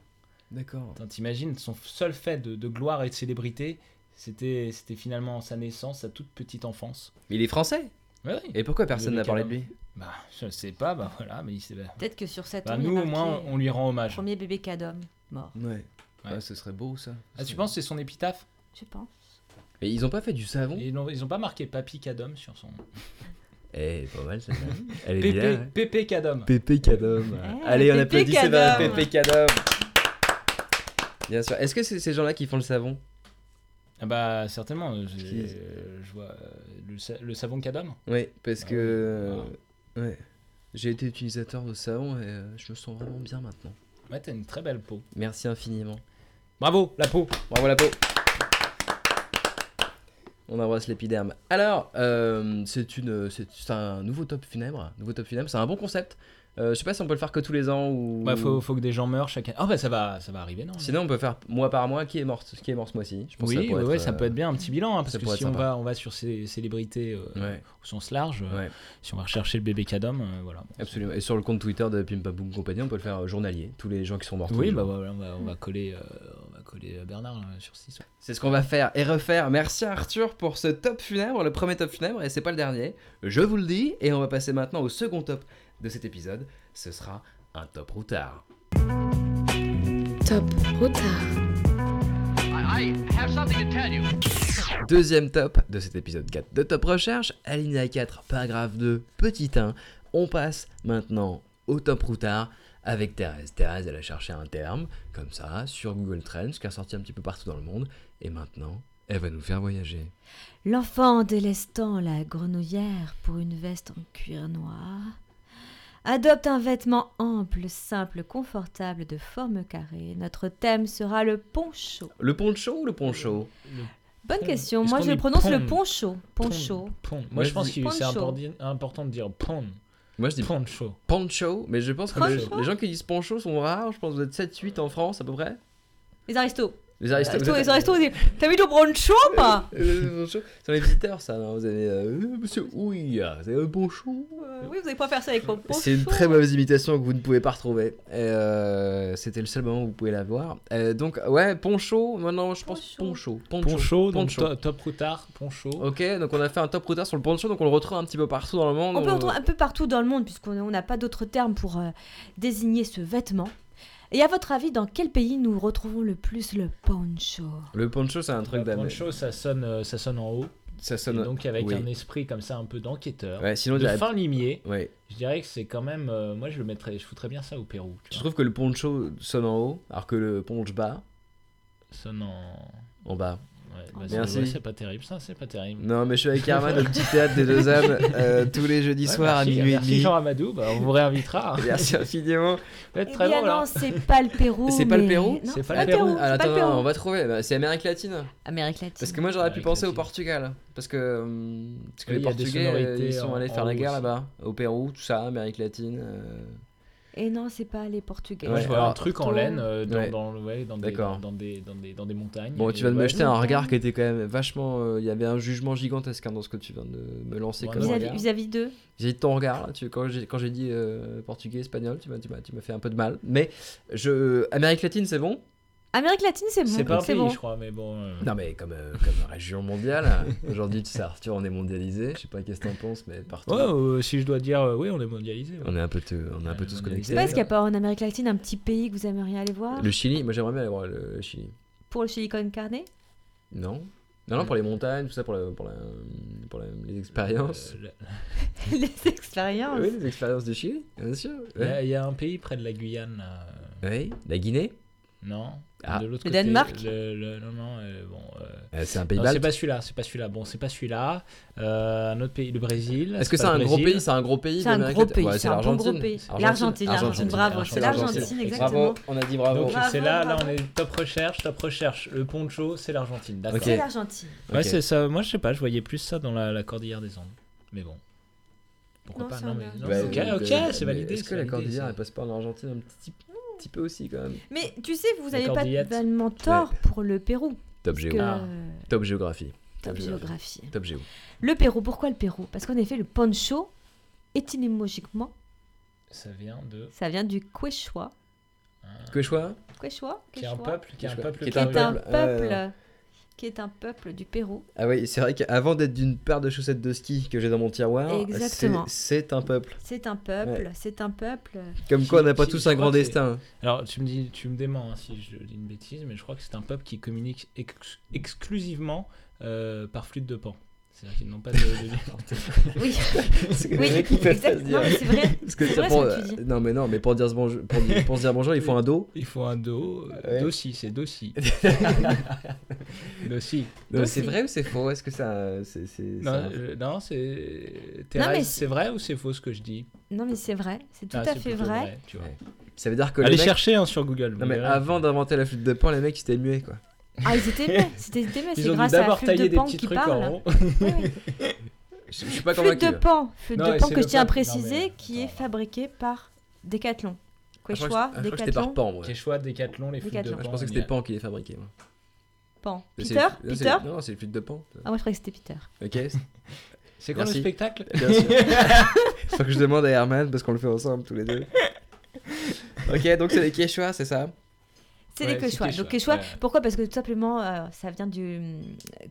D'accord.
Putain, T'imagines, son seul fait de, de gloire et de célébrité, c'était c'était finalement sa naissance, sa toute petite enfance.
Mais il est français
Ouais, ouais.
Et pourquoi personne
Bébé
n'a parlé de lui
Bah, je sais pas, bah voilà, mais il s'est- bah,
Peut-être que sur cette
bah, nous, au moins, on lui rend hommage.
Premier bébé Cadom mort.
Ouais.
Ouais.
Ah, ce serait beau ça.
Ah, tu penses que c'est son épitaphe
Je sais pas.
Mais ils ont pas fait du savon
ils n'ont ils ont pas marqué Papy Cadom sur son.
Eh, pas mal
*laughs*
celle-là. Elle est
Pépé, Ah,
bien. hein.
Pépé Cadom.
Pépé Cadom.
Eh,
Allez, on
Pépé
applaudit Sébastien
Cadom.
Pépé Cadom. Bien sûr. Est-ce que c'est ces gens-là qui font le savon
Ah bah, certainement, euh, j'ai-
Qui-
euh, je vois euh, le, sa- le savon Cadom.
Oui, parce
Ah
que.
oui.
euh, Ouais. J'ai été utilisateur de savon et euh, je me sens vraiment bien maintenant.
Ouais, t'as une très belle peau.
Merci infiniment.
Bravo, la peau
Bravo la peau. On embrasse l'épiderme. Alors, euh, c'est une, c'est c'est un nouveau top funèbre. Nouveau top funèbre, c'est un bon concept. Euh, je sais pas si on peut le faire que tous les ans ou.
Bah, faut, faut que des gens meurent chaque année. Ah, bah, ça va, ça va arriver, non hein.
Sinon, on peut faire mois par mois qui est mort, qui est mort ce mois-ci. Je pense
Oui,
que ça
ouais,
pourrait
ouais,
être,
ça peut
euh,
être bien un petit bilan, hein, parce
ça
que
pourrait
si
être
on
sympa.
va, on va sur ces célébrités euh,
Ouais,
au sens large, euh,
ouais,
si on va rechercher le bébé Cadom, euh, voilà.
absolument. Et sur le compte Twitter de Pimpaboum Compagnie, on peut le faire euh, journalier. Tous les gens qui sont morts. tous
Oui,
les
bah
jours.
voilà, on va, on va coller, euh, on va coller euh, Bernard euh, sur 6.
C'est ce qu'on va faire et refaire. Merci à Arthur pour ce top funèbre, le premier top funèbre, et c'est pas le dernier. Je vous le dis, et on va passer maintenant au second top de cet épisode. Ce sera un top routard.
Top routard.
Deuxième top de cet épisode 4 de Top Recherche, alinéa 4, paragraphe 2, petit 1. On passe maintenant au top routard avec Thérèse. Thérèse, elle a cherché un terme, comme ça, sur Google Trends, qui a sorti un petit peu partout dans le monde, et maintenant, elle va nous faire voyager.
L'enfant délestant la grenouillère pour une veste en cuir noir adopte un vêtement ample, simple, confortable, de forme carrée. Notre thème sera le poncho.
Le poncho ou le poncho
Bonne
Pon-
question.
est-ce
Moi,
qu'on
je
dit
prononce le
pon-
poncho. Poncho.
Pon. Moi, je pense
Vas-y.
que c'est
Poncho.
important, important de dire pon.
Moi, je dis
Poncho.
Pancho, mais je pense que
Poncho
le- les gens qui disent Pancho sont rares. Je pense que vous êtes 7-8 en France à peu près.
Les aristos.
Les aristos.
Aristos,
vous êtes-
les aristos, ils disent, T'as vu le poncho, pas
Euh, Poncho, Ce sont les visiteurs, ça. non vous avez. euh, Euh, monsieur Oui, c'est un Pancho.
Euh, Oui, vous allez pas faire ça avec mon poncho.
C'est une très mauvaise imitation que vous ne pouvez pas retrouver. Et, euh, C'était le seul moment où vous pouvez la voir. Euh, donc, ouais, Poncho. Maintenant, je pense Poncho.
Poncho.
Poncho, Oh, donc
Poncho.
to- top routard, poncho.
Ok, donc on a fait un top routard sur le Poncho, donc on le retrouve un petit peu partout dans le monde.
On peut le retrouver un peu partout dans le monde, puisqu'on on n'a pas d'autre terme pour euh, désigner ce vêtement. Et à votre avis, dans quel pays nous retrouvons le plus le poncho
Le Poncho, c'est un truc
Bah,
d'amérique.
poncho, ça sonne, euh, ça sonne en haut.
Ça
Et
sonne.
donc, avec
oui.
un esprit comme ça, un peu d'enquêteur,
Ouais, sinon, on
de
dirait.
fin limier,
Ouais.
je dirais que c'est quand même. euh, moi, je le mettrais, je foutrais bien ça au Pérou. Tu
Je
vois.
trouve que le Poncho sonne en haut, alors que le Poncho bas,
Sonne en.
en bas.
Ouais, bah,
Merci.
c'est- ouais, c'est pas terrible, ça, c'est pas terrible.
Non, mais je suis avec Arman au petit théâtre des deux âmes euh, tous les jeudis
Ouais,
soirs à
merci,
minuit et
merci
demi.
Jean Amadou, bah, on vous réinvitera.
*laughs* Merci infiniment.
Vous êtes
Eh
très hein.
bien
bon,
non,
là.
c'est pas le Pérou.
C'est pas le
mais-
Pérou
Non,
C'est pas
le
le Pérou.
Pérou.
Ah,
c'est pas
attends,
le Pérou.
on va trouver. Bah, c'est Amérique latine.
Amérique latine.
Parce que moi, j'aurais pu
Amérique
penser au
latine.
Portugal. Parce que, hum, parce que
Oui,
les
il y a des
Portugais, euh,
sonorités
ils sont
en-
allés faire
en
la
haut
guerre
aussi.
là-bas. Au Pérou, tout ça, Amérique latine. euh,
Et non, c'est pas les Portugais.
Moi,
Ouais,
je vois
alors,
un truc en
plutôt-
laine euh, dans,
Ouais.
dans, ouais, dans, des,
D'accord.
dans, dans des, dans, des, dans des montagnes.
Bon,
Et
tu viens de
ouais,
me jeter un regard qui était quand même vachement. euh, Il y avait un jugement gigantesque hein, dans ce que tu viens de me lancer
Bon,
comme
non.
Vis-à-vis
regard.
vis-à-vis d'eux.
J'ai dit ton regard, là, tu, quand j'ai quand j'ai dit euh, portugais, espagnol, tu m'as- tu m'as tu m'as fait un peu de mal. Mais je, Amérique latine, c'est bon
Amérique latine, c'est bon.
C'est pas un
c'est
pays,
bon.
je crois, mais bon. euh,
Non mais comme, euh, comme région mondiale, hein. aujourd'hui tu sais Arthur on est mondialisé, je sais pas qu'est-ce que t'en penses mais partout
Ouais, euh, si je dois dire, euh, oui, on est mondialisé. ouais.
on est un peu, tout- on est un peu
Ouais,
tous
mondialisé.
Je sais
connectés.
pas, est-ce qu'il n'y a pas en Amérique latine un petit pays que vous aimeriez aller voir
Le Chili, moi j'aimerais bien aller voir le Chili.
Pour le silicone carné
Non Non, non, pour les montagnes, tout ça, pour, la- pour, la- pour la- les expériences. Ah
Euh, là-
*laughs* Les expériences
oui, les expériences du Chili, bien sûr.
là, Il
Ouais.
y a un pays près de la Guyane, là, euh,
Oui, la Guinée
non
Ah.
de l'autre côté,
Le Danemark
le- le- Non, non, euh, bon. euh,
Euh, C'est un pays
non, c'est
balte.
pas celui-là, c'est pas celui-là. Bon, c'est pas celui-là. Euh, un autre pays, le Brésil.
Est-ce que c'est
pas
un
le
gros
Brésil.
pays C'est un gros pays
C'est un
d'Amérique
gros
latine
pays,
Ouais,
c'est
c'est
un bon gros
l'Argentine.
pays. L'Argentine, l'Argentine, bravo, c'est l'Argentine, exactement.
Bravo, on a dit bravo.
Donc
Bravo,
c'est là,
bravo.
là on est top recherche, top recherche. Le poncho, c'est l'Argentine. D'accord.
Ok.
C'est l'Argentine.
Ouais,
Ok.
c'est ça. Moi, je sais pas, je voyais plus ça dans la, la cordillère des Andes. Mais bon. Pourquoi
Non,
pas
c'est
Non,
en
mais
Inde.
non,
Bah,
ok,
euh,
ok,
de-
c'est
mais
validé.
Est-ce
c'est
que la
validé,
cordillère
c'est-
elle passe pas en Argentine un petit, petit peu aussi quand même
Mais tu sais, vous
Les
n'avez pas
cordillettes.
tellement tort pour le Pérou.
Top
Parce
géo.
que.
Ah.
euh,
Top géographie.
Top
Top
géographie.
Top géo.
Le Pérou, pourquoi le Pérou Parce qu'en effet, le poncho, étymologiquement,
Ça vient de. hein,
ça vient du quechua.
Quechua
Quechua
Qui est un
Quechua
peuple, qui est un
Quechua.
peuple
Qui est
Qui est
péruvien.
un
peuple,
peuple.
euh,
Qui est un peuple du Pérou.
Ah oui, c'est vrai qu'avant d'être d'une paire de chaussettes de ski que j'ai dans mon tiroir,
Exactement.
c'est c'est un peuple.
C'est un peuple, c'est un *laughs* peuple.
Comme
Qui-
quoi on n'a pas
qui-
tous
je
un
crois
grand
que c'est-
destin. *laughs*
Alors, tu me, dis, tu me démens hein, si je dis une bêtise, mais je crois que c'est un peuple qui communique ex- exclusivement euh, par flûte de pan. C'est-à-dire qu'ils n'ont pas
*laughs*
de. de-
*laughs* Oui,
C'est
oui, exactement, c'est vrai.
Parce que
C'est euh, vrai
pour-
ce que tu dis.
Non mais non, mais pour dire ce bonjour, pour, dire- pour se dire bonjour, il faut un do.
Il faut un do. euh,
Ouais.
Do si, c'est do
*laughs*
si. do si.
Do
Non, C'est
si.
vrai ou c'est faux Est-ce que ça, c'est c'est-
Non,
ça-
euh, non c'est.
Non, mais
Thérèse,
si-
c'est vrai ou c'est faux ce que je dis
Non, mais c'est vrai, c'est tout
Ah,
à
c'est
fait
plutôt
vrai.
tu vois.
Ouais. ça veut dire que
Allez
les mecs...
chercher hein, sur Google.
Non
vous
mais
verrez.
avant d'inventer la flûte de pan, les mecs ils étaient muets quoi.
Ah, ils étaient muets, c'était ils étaient muets,
Ils
c'est
ont dû
grâce à la
d'abord
flûte
tailler
de
des
pan
petits
qui
trucs en
parle.
rond.
Ouais, ouais.
Je, je suis pas
Flûte
convaincu.
de pan, flûte
Non,
de
et
pan
c'est
que
le
je tiens à
peuple. Non, mais,
préciser,
attends,
qui est
attends.
fabriqué par Decathlon.
Ah, je crois que-
Quechua,
ah, je crois que c'était par
Decathlon,
pan. ouais.
Quechua, Décathlon, les flûtes de
Décathlon.
pan.
Ah, je pensais que c'était
mais-
pan qui les fabriquait. moi.
Pan.
Mais c'est-
Peter
non, c'est-
Peter
Non, c'est les flûtes de pan.
Ah, moi je croyais que c'était Peter.
Ok.
C'est quoi
Merci.
le spectacle
Bien sûr. *laughs* Faut que je demande à Herman parce qu'on le fait ensemble tous les deux. ok, donc c'est les Quechua, c'est ça
C'est
Ouais,
les
c'est
Quechua.
Quechua,
Donc Quechua,
ouais.
pourquoi Parce que tout simplement, euh, ça vient du hum,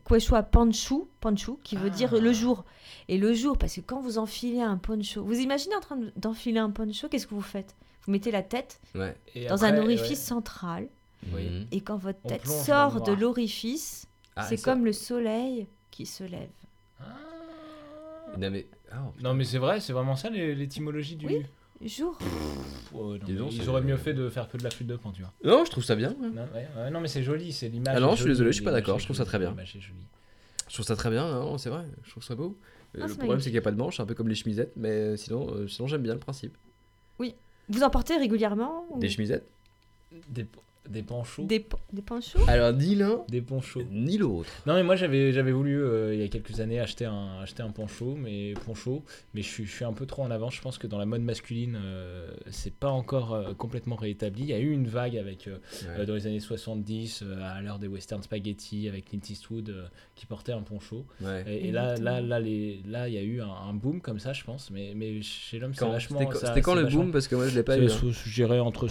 Quechua Panchu, Panchu, qui veut dire
Ah.
le jour. Et le jour, parce que quand vous enfilez un poncho, vous imaginez en train de- d'enfiler un poncho, qu'est-ce que vous faites Vous mettez la tête
Ouais.
Et
dans
après,
un
ouais.
orifice central,
Oui.
Mhm.
et quand votre
On
tête
plonge dans
sort
le
de
noir.
l'orifice,
Ah,
c'est
ça-
comme le soleil qui se lève.
Ah.
Non mais. oh.
Non mais c'est vrai, c'est vraiment ça les- l'étymologie du.
Oui. Jour.
Pff, ouais, non,
Dis donc,
mais
c'est-
ils auraient mieux fait de faire que de la flûte de pan, tu vois.
Non, je trouve ça bien.
Non, ouais, ouais, non, mais c'est joli, c'est l'image.
Ah non,
est
je suis
jolie,
désolé, je suis pas
l'image
d'accord,
est
je trouve ça
jolie,
très bien.
l'image est jolie.
Je trouve ça très bien, non, c'est vrai. Je trouve ça beau. Euh,
Ah,
le
c'est
problème, c'est qu'il n'y a pas de manche, un peu comme les chemisettes, mais euh, sinon, euh, sinon j'aime bien le principe.
Vous en portez régulièrement ou-
Des chemisettes
Des, des panchots. Des,
des, pan- des ponchos
Alors, ni l'un,
ponchos.
ni l'autre.
Non mais moi j'avais j'avais voulu euh, il y a quelques années acheter un acheter un poncho mais poncho mais je suis, je suis un peu trop en avance je pense que dans la mode masculine euh, c'est pas encore euh, complètement réétabli il y a eu une vague avec euh, euh, dans les années 70 euh, à l'heure des western spaghetti avec Clint Eastwood euh, qui portait un poncho
Ouais.
et, et là
Exactement.
là là les là il y a eu un, un boom comme ça je pense mais mais chez l'homme c'est
Quand-
vachement
C'était quand,
ça-
c'était quand
c'est
le
vachement-
boom Parce que moi, je l'ai pas
c'est
eu. hein.
sous- je dirais entre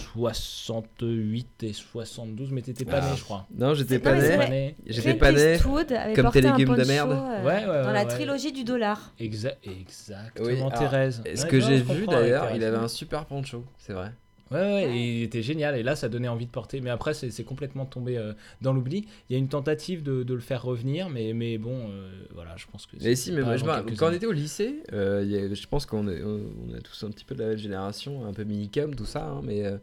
68 et 72 mais t'étais pas
Ah.
né je crois
Non, j'étais
Non,
pas
mais c'est
T'étais
né.
vrai.
né
J'étais
Clint
pas né.
Eastwood avait
comme
porté
tes
un
légumes de
poncho,
merde.
euh,
Ouais, ouais,
dans la
ouais.
trilogie du dollar.
Exa- exactement,
Oui, alors,
Thérèse.
Et Ce
Ouais,
que
non,
j'ai
je
vu
comprends, ouais,
d'ailleurs, il
Thérèse.
avait un super poncho, c'est vrai.
Ouais, ouais, et il était génial. Et là, ça donnait envie de porter. Mais après, c'est c'est complètement tombé euh, dans l'oubli. Il y a une tentative de, de le faire revenir, mais, mais bon, euh, voilà, je pense que.
Mais
c'est
si, mais
pas
moi, je
avant
me-
quelques
quand on
années.
était au lycée, euh, il y a- je pense qu'on est, on on est tous un petit peu de la même génération, un peu minicum, tout ça, hein, mais euh,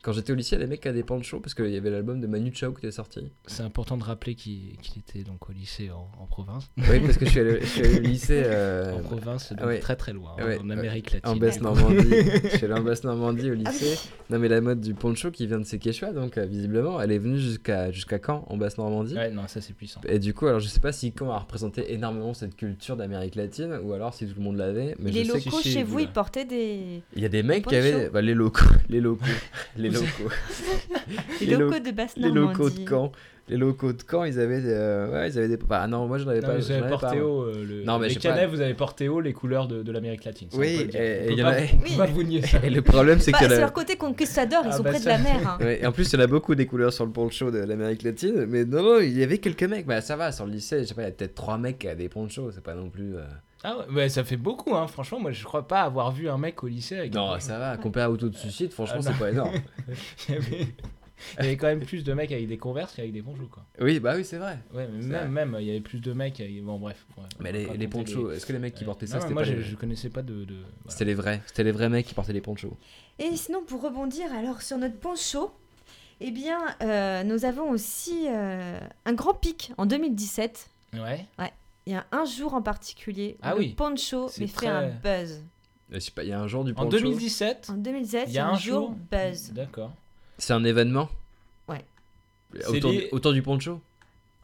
quand j'étais au lycée, les mecs avaient des ponchos parce qu'il y avait l'album de Manu Chao qui était
*laughs*
sorti.
C'est important de rappeler qu'il qu'il était donc au lycée en, en province.
Oui, parce que je suis allé, je suis allé au lycée euh,
en province, donc
ouais.
très très loin, hein,
Ouais,
en
ouais.
Amérique latine. Ah,
en
*laughs*
Basse-Normandie. je suis allé en Basse-Normandie au lycée. Non, mais la mode du poncho qui vient de ses Quechua, donc euh, visiblement, elle est venue jusqu'à jusqu'à Caen, en Basse-Normandie.
Ouais, non, ça c'est puissant.
Et du coup, alors je sais pas si Caen a représenté énormément cette culture d'Amérique latine ou alors si tout le monde l'avait, mais je
les
sais que
locaux
chez
chez
vous,
vous,
*laughs*
là.
ils portaient des.
Il y a des mecs
Pas
qui
de
avaient
chaud.
bah, *laughs* les locaux, les locaux, les
Vous
locaux.
Les
Les lo-
locaux de basse
les
Normandie.
locaux de Caen. Les locaux de Caen, ils avaient, euh, ouais, ils avaient des. Bah non, moi je n'avais
Non,
pas.
mais vous
je n'en
avez
avais
porté
pas.
haut, euh, le...
Non, mais je
les
sais pas.
Canets, vous avez porté haut les couleurs de, de l'amérique latine. ça,
Oui,
on peut le dire.
et-
On
et
peut
il y en
pas-
a-
on peut
Oui.
pas
*laughs*
vous nier ça.
*laughs* Et le problème, c'est
Bah,
que.
c'est
la-
leur côté conquistador, ils
Ah,
sont
bah,
près de
ça-
la mer. hein.
Ouais, et en plus, il y en a beaucoup des couleurs sur le poncho de l'Amérique latine, mais non, non, il y avait quelques mecs. Bah ça va, sur le lycée, je sais pas, il y a peut-être trois mecs qui avaient des ponchos, c'est pas non plus. euh,
Ah ouais, ouais, ça fait beaucoup, hein. franchement. Moi, je crois pas avoir vu un mec au lycée avec.
Non, ça va, comparé à Auto de Suicide, franchement,
Ah,
c'est
non.
pas énorme.
*laughs* Il y avait- il y avait quand même plus de mecs avec des converses qu'avec des ponchos, quoi.
Oui, bah oui, c'est vrai.
Ouais, mais
C'est
même,
vrai.
même, il y avait plus de mecs. avec- Bon, bref. ouais, on
Mais
va
les,
pas
les
compter
ponchos,
les-
est-ce que les mecs qui
Ouais.
portaient
Non,
ça,
non,
c'était
Moi,
pas
je,
les...
je connaissais pas de. de- voilà.
C'était les vrais, c'était les vrais mecs qui portaient les ponchos.
Et sinon, pour rebondir alors sur notre poncho, eh bien, euh, nous avons aussi euh, un grand pic en 2017.
Ouais.
Il y a un jour en particulier, où
Ah
le
oui.
poncho
C'est
mais fait un buzz.
Euh, Je sais pas, il y a un jour du
En
poncho.
2017.
En 2017,
Il y a un jour.
buzz.
D'accord.
C'est un événement
Ouais.
Mais
C'est
Autour,
lié-
du- autour du
*laughs*
poncho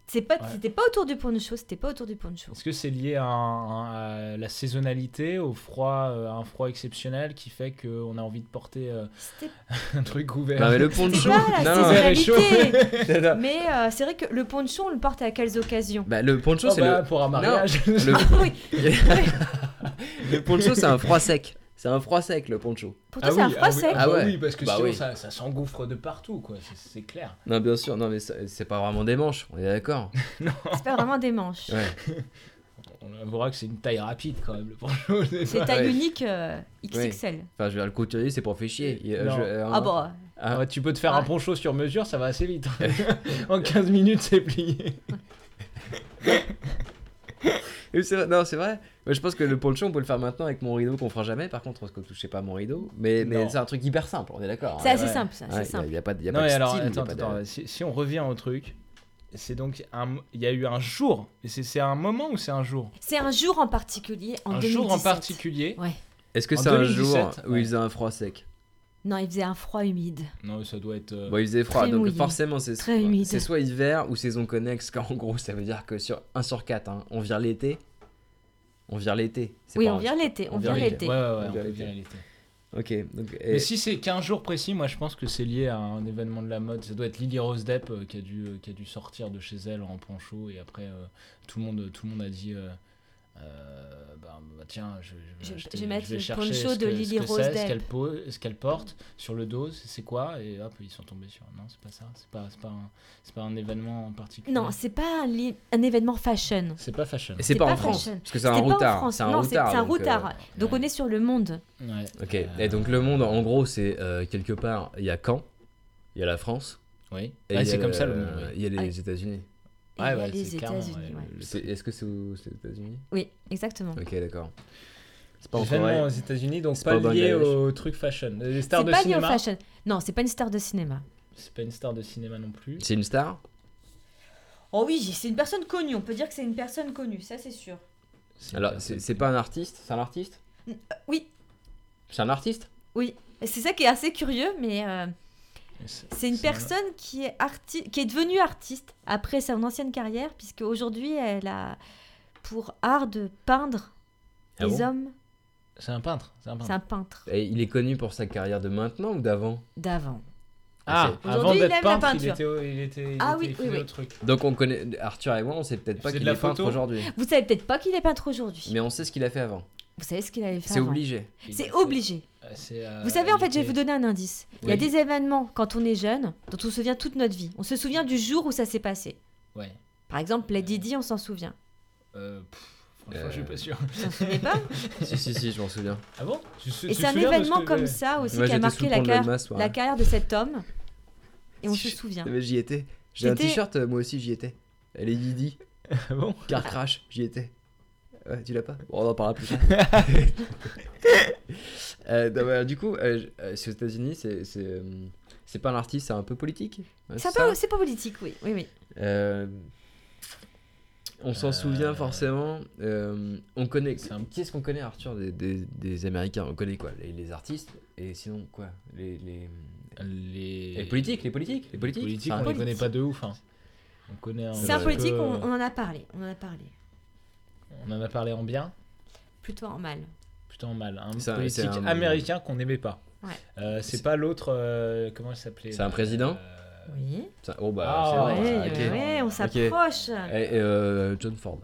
C'est pas,
Ouais.
c'était pas autour du poncho, c'était pas autour du poncho.
Est-ce que c'est lié à, un- à la saisonnalité, au froid, euh, à un froid exceptionnel qui fait qu'on a envie de porter euh,
C'était
*laughs* un truc ouvert
Non, Bah, mais le
c'était
poncho
pas la
Non, non,
saisonnalité.
non, non.
Mais euh, c'est vrai que le poncho, on le porte à
*laughs*
quelles occasions Ah
Bah, le poncho,
*laughs* Oh
c'est
bah, pour un *laughs* mariage.
le. le...
Oui,
le poncho, c'est un froid sec. C'est un froid sec, le poncho.
pour toi, c'est un froid sec.
Ah
bah
ouais.
oui, parce que
Bah
sinon
oui.
ça, ça s'engouffre de partout, quoi. c'est- C'est clair.
Non, bien sûr, non, mais ça- c'est pas vraiment des manches, on est d'accord.
C'est pas vraiment des manches.
Ouais.
On avouera que c'est une taille rapide quand même le poncho.
C'est
pas-
taille
Ouais.
unique euh, XXL.
Enfin, je veux dire, le couturier, c'est pour faire chier. Il- euh,
Non.
je- euh,
Ah bon,
Ah.
Ouais, tu peux te faire un
Ouais.
poncho sur mesure, ça va assez
*laughs*
vite. en 15 minutes, c'est plié.
Oui, c'est vrai- Non, c'est vrai. Moi, je pense que le poncho, on peut le faire maintenant avec mon rideau qu'on fera jamais. Par contre, on se touchez pas à mon rideau. Mais, mais
Non.
c'est un truc hyper simple, on est d'accord.
c'est
hein.
assez
ouais.
simple, ça.
Ouais,
c'est
y a-
simple.
y a pas de y a
Non,
pas
mais
de
alors,
style, y a
attends,
pas de-
attends, si, si on revient au truc, c'est donc un- il y a eu un jour, et c'est c'est un moment ou c'est un jour
C'est un jour en particulier en
Un
2017.
jour en particulier.
Ouais.
Est-ce que
En
c'est un
2017,
jour où
ouais.
il faisait un froid sec
Non, il faisait un froid humide.
Non, ça doit être. euh,
Bon, il faisait froid,
Très
donc
mouillé.
forcément, c'est
Très humide.
c'est soit hiver ou saison connexe. Car en gros, ça veut dire que sur 1 sur 4, on vire l'été. On vire l'été. c'est
Oui,
pas
on
un-
vient l'été.
on
On
vient
vient
Ouais,
l'été.
l'été.
ouais, ouais, ouais, on
Via
peut
l'été.
dire l'été.
Ok, donc. et-
Mais si c'est qu'un jour précis, moi je pense que c'est lié à un événement de la mode. Ça doit être Lily Rose Depp euh, qui, a dû, euh, qui a dû sortir de chez elle en poncho et après euh, tout, le monde, tout le monde a dit euh, euh, bah, bah, tiens, je, je,
Je-
vais acheter-
je vais mettre
vais
le
chercher
poncho
ce
de
que- ce
Lily
que
Rose
c'est, Ce
Depp.
qu'elle po- ce qu'elle porte sur le dos, c'est c'est quoi Et hop, ils sont tombés sur. Non, c'est pas ça. C'est pas, c'est pas, un- c'est pas un événement en particulier.
Non, c'est pas un, li- un événement fashion.
c'est pas fashion.
Et c'est
c'est
pas, en
pas
France.
fashion.
Parce que c'est un
C'était pas en
routard.
France.
C'est un
Non, c'est-
routard.
c'est un
donc, euh,
routard. Donc on est sur le monde.
Ouais.
Ok,
Euh,
et donc le monde, en gros, c'est euh, quelque part, il y a Caen, il y a la France.
Euh, Oui.
et
Ouais,
il y a
c'est comme ça le
euh,
monde. oui.
Il y a les
Ah.
États-Unis.
Et
Ouais,
il y a
ouais,
les
c'est clairement,
États-Unis.
ouais,
ouais.
le-
C'est- Est-ce que c'est aux c'est aux États-Unis
Oui, exactement.
Ok, d'accord. C'est pas en
Événement aux
Corée.
États-Unis, donc
C'est
pas,
pas au
lié
Bangladesh.
au truc fashion. Les stars
C'est
de
pas lié au
cinéma.
fashion. Non, c'est pas une star de cinéma.
C'est pas une star de cinéma non plus.
C'est une star
Oh oui, c'est une personne connue. On peut dire que c'est une personne connue, ça c'est sûr.
C'est
Alors,
pas-
c'est c'est pas un artiste C'est un artiste
euh, Oui,
C'est un artiste
oui. C'est ça qui est assez curieux, mais euh, C'est une
c'est un-
personne qui est, arti- qui est devenue artiste après son ancienne carrière, puisque aujourd'hui elle a pour art de peindre
Ah
les
bon
hommes.
C'est un peintre. C'est un peintre.
C'est un peintre
Et il est connu pour sa carrière de maintenant ou d'avant
d'avant.
Ah,
Aujourd'hui,
avant
il
d'être
aime la
peintre, il
peinture.
était, au- il était, il
Ah
était-
oui,
il faisait
oui, oui.
autre truc.
Donc on connaît Arthur et moi, on sait peut-être pas
C'est de
qu'il
la
est peintre
photo
aujourd'hui,
Vous savez peut-être pas qu'il est peintre aujourd'hui.
mais on sait ce qu'il a fait avant.
Vous savez ce qu'il avait fait
C'est
avant.
obligé.
Il
C'est
était-
obligé.
euh, c'est, euh,
vous savez, en
il
fait, je vais
était-
vous donner un indice. Il y a
Oui.
des événements quand on est jeune dont on se souvient toute notre vie. On se souvient du jour où ça s'est passé.
Ouais.
Par exemple, Lady Di, on s'en souvient.
Euh, pff, franchement,
Euh,
je suis pas sûr. *laughs*
Vous en
*laughs*
souvenez pas
si, si, si, je m'en souviens.
Ah bon Tu te-
Et
tu
c'est
te
un
souviens de ce
événement
que-
comme ça aussi
Moi,
qui a
j'étais sous
marqué
le
la,
pont de
carrière-
l'Elma ce soir.
la carrière de cet homme. Et on se
J'y-
souvient.
Mais Eh ben, j'y étais. J'ai un
Hein. T'étais-
t-shirt, euh, moi aussi j'y étais. Elle est Didi,
*laughs* Ah bon
Car Crash, j'y étais. Ouais, tu l'as pas Bon, On en parlera plus tard.
*laughs*
Euh, non, mais, euh, du coup, euh, je- euh, c'est aux États-Unis, c'est. c'est, euh, c'est pas un artiste, c'est un peu politique. Ouais,
C'est un
c'est
peu-
ça
c'est pas politique, oui, oui, oui.
Euh, on s'en
Euh,
souvient forcément. Euh, on connaît.
c'est un-
Qui est-ce qu'on connaît, Arthur, des, des- des Américains On connaît quoi les, les artistes et sinon quoi les, les...
Les...
Les politiques, les politiques, les politiques.
politiques,
Enfin,
on les
politique.
connaît pas de ouf. hein. On connaît un.
C'est un
peu-
politique, on, on en a parlé, on en a parlé.
On en a parlé en bien,
Plutôt en mal.
plutôt en mal. Un
C'est un-
politique
c'est un-
américain qu'on n'aimait pas.
Ouais.
Euh, c'est pas l'autre. euh, comment il s'appelait
C'est un
là,
président
euh,
Oui.
Ça- Oh
Ah,
bah,
Ouais,
c'est
ouais,
vrai. ça, ok.
ouais.
ouais, on
Ok.
s'approche.
Et, et, euh, John Ford.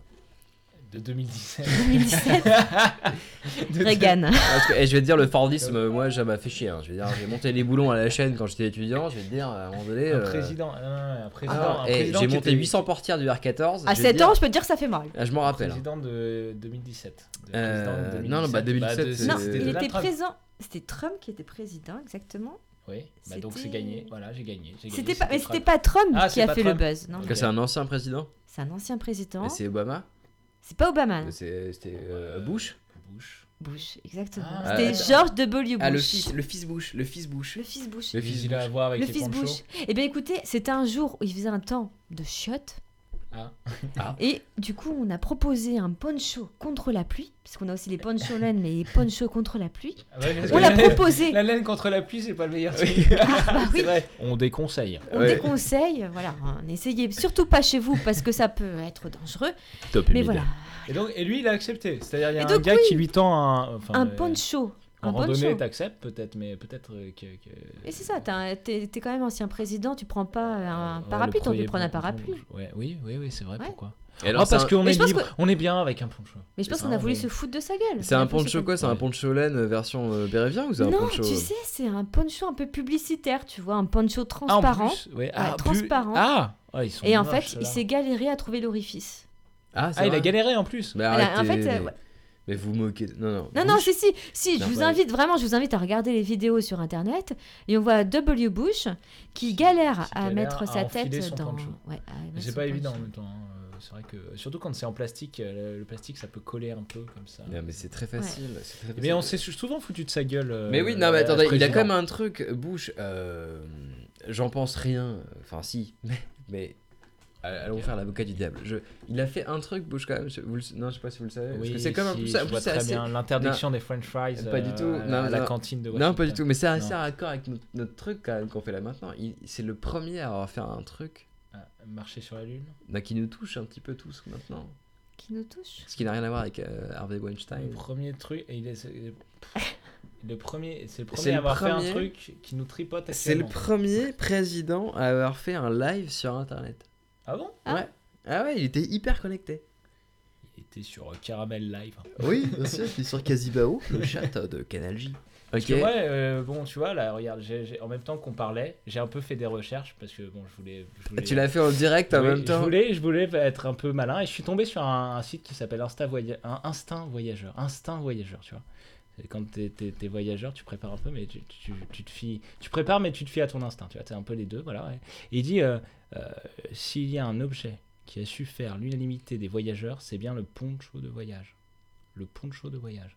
De 2017.
*laughs* 2017,
De-
Reagan.
Parce que, eh, je vais te dire, le Fordisme, euh, moi, ça m'a fait chier. hein. Je vais dire, j'ai monté les boulons à la chaîne quand j'étais étudiant. Je vais te dire, à un moment donné.
Un
euh,
président. non, non, non, un président.
ah,
un
eh,
président
j'ai
qui
monté
était
800 portières du R14.
À
je vais
7
te dire-
ans, je peux te dire que ça fait mal.
Ah, je m'en rappelle. hein.
Président de 2017. De
Euh,
président de
non, non, bah, 2017,
de-
c'est-
Non,
c'était
il
Donald
était
Trump.
présent. C'était Trump qui était président, exactement.
Oui, bah donc c'est
C'était-
gagné. Voilà, j'ai gagné. j'ai gagné,
C'était pas, mais c'était
Trump.
pas Trump
Ah,
qui
c'est
a
pas
fait
Trump.
le buzz, non
Ok.
Que c'est un ancien président
C'est un ancien président.
Et c'est Obama
C'est pas Obama, non
Et c'est- C'était euh, Bush
Bush.
Bush, exactement.
Ah,
C'était
attends.
George W. Bush.
Ah, le fils, le fils Bush. Le fils Bush.
Le fils Bush.
Le
Le
fils
fils, il a à voir avec
Le
les
fils
ponchos.
Bush. Eh bien écoutez, c'était un jour où il faisait un temps de chiottes.
Ah.
Ah.
Et du coup, on a proposé un poncho contre la pluie, parce qu'on a aussi les ponchos laine, mais les ponchos contre la pluie.
Ah ouais, parce
On
que
l'a
la- *laughs*
proposé.
La laine contre la pluie, c'est pas le meilleur truc.
Ah, bah oui,
On déconseille.
on
Ouais.
déconseille. Voilà, hein, n'essayez surtout pas chez vous parce que ça peut être dangereux.
Top
Mais voilà,
Et donc, et lui, il a accepté. C'est-à-dire, il y
Et
a un
donc,
gars qui lui tend un. Enfin,
un
euh,
poncho.
En
Un
randonnée,
poncho.
t'acceptes peut-être, mais peut-être euh, que. que...
Et c'est ça, t'as un- t'es t'es quand même ancien président, tu prends pas un
Euh, Ouais, le
parapluie, t'aurais
premier
dû prendre un
poncho.
parapluie.
Ouais, oui, oui, oui, c'est vrai.
Ouais.
Pourquoi
Et alors,
Ah, parce
c'est un-
qu'on
Mais je
est
pense
libre,
que-
on est bien avec un poncho.
Mais je pense
C'est
qu'on a
un
voulu
bon-
se foutre de sa gueule.
C'est
On a
un
voulu se
poncho
foutre-
quoi C'est un poncho laine version euh, péruvien ou c'est un
non,
poncho
tu
euh,
sais, c'est un poncho un peu publicitaire, tu vois, un poncho
Ah, en
transparent.
plus, ouais. Ah, plus-
transparent.
Ah, ah, ils sont
et en
moches,
fait,
ceux-là.
il s'est galéré à trouver l'orifice.
Ah, c'est
Ah, il
vrai Ah,
a galéré en plus.
Mais
Voilà,
Bah, arrêtez,
en fait, euh,
mais-
ouais.
mais vous moquez. Non, non.
Ah
Non,
Bush,
non, si, si, si, je
Non,
vous
bah oui.
invite, vraiment, je vous invite à regarder les vidéos sur Internet. Et on voit W. Bush qui galère
Qui
à
galère
mettre
à
sa
enfiler
tête
son
dans.
poncho.
Ouais, à
Mais
mettre
c'est
son
pas
poncho.
évident en même temps. hein. Euh, C'est vrai que. Surtout quand c'est en plastique, euh, le, le plastique ça peut coller un peu comme ça.
Non, Ah, mais c'est très facile. c'est très
Mais
facile.
on s'est souvent foutu de sa gueule. euh,
Mais oui, non, mais
euh,
attendez, il a
président.
quand même un truc, Bush. euh, J'en pense rien. Enfin, si. Mais. mais Allons faire l'avocat du diable. Je... Il a fait un truc, Bush, quand même. je- Vous le- Non, je sais pas si vous le savez. parce
Oui,
que c'est quand même.
si,
ça-
je
vous,
vois
c'est
très
assez-
bien l'interdiction des French fries.
Pas du
euh,
tout,
à
non,
la
non.
cantine de Washington.
Non, pas du tout. Mais c'est assez
Non.
raccord avec notre, notre truc, quand même, qu'on fait là maintenant. Il- C'est le premier à avoir fait un truc
Ah, marcher sur la lune.
bah, qui nous touche un petit peu tous maintenant.
Qui nous touche
Ce qui n'a rien à voir avec euh, Harvey
Le
Weinstein.
premier truc, et il est, pff, le premier, c'est le
C'est
premier
le
à avoir fait
premier.
un truc qui nous tripote
C'est le
actuellement.
premier président à avoir fait un live sur internet.
Ah bon
Ah.
Ouais. Ah ouais, il était hyper connecté.
Il était sur euh, Caramel Live.
Oui, bien sûr, il est sur Casibao, le chat de Canal J.
Parce
Ok.
que moi, euh, bon, tu vois, là, regarde, j'ai- j'ai- en même temps qu'on parlait, j'ai un peu fait des recherches parce que bon, je voulais. je voulais-
Tu l'as fait en direct
je
en
voulais-
même temps.
Je voulais, je voulais être un peu malin et je suis tombé sur un, un site qui s'appelle Insta Voya- un- Instinct Voyageur. Instinct Voyageur, tu vois. C'est Quand t'es es, voyageur, tu prépares un peu, mais tu, tu- tu te fies. Tu prépares, mais tu te fies à ton instinct. Tu vois, c'est un peu les deux, voilà. ouais. Et il dit euh, euh, s'il y a un objet qui a su faire l'unanimité des voyageurs, c'est bien le poncho de voyage. Le poncho de voyage.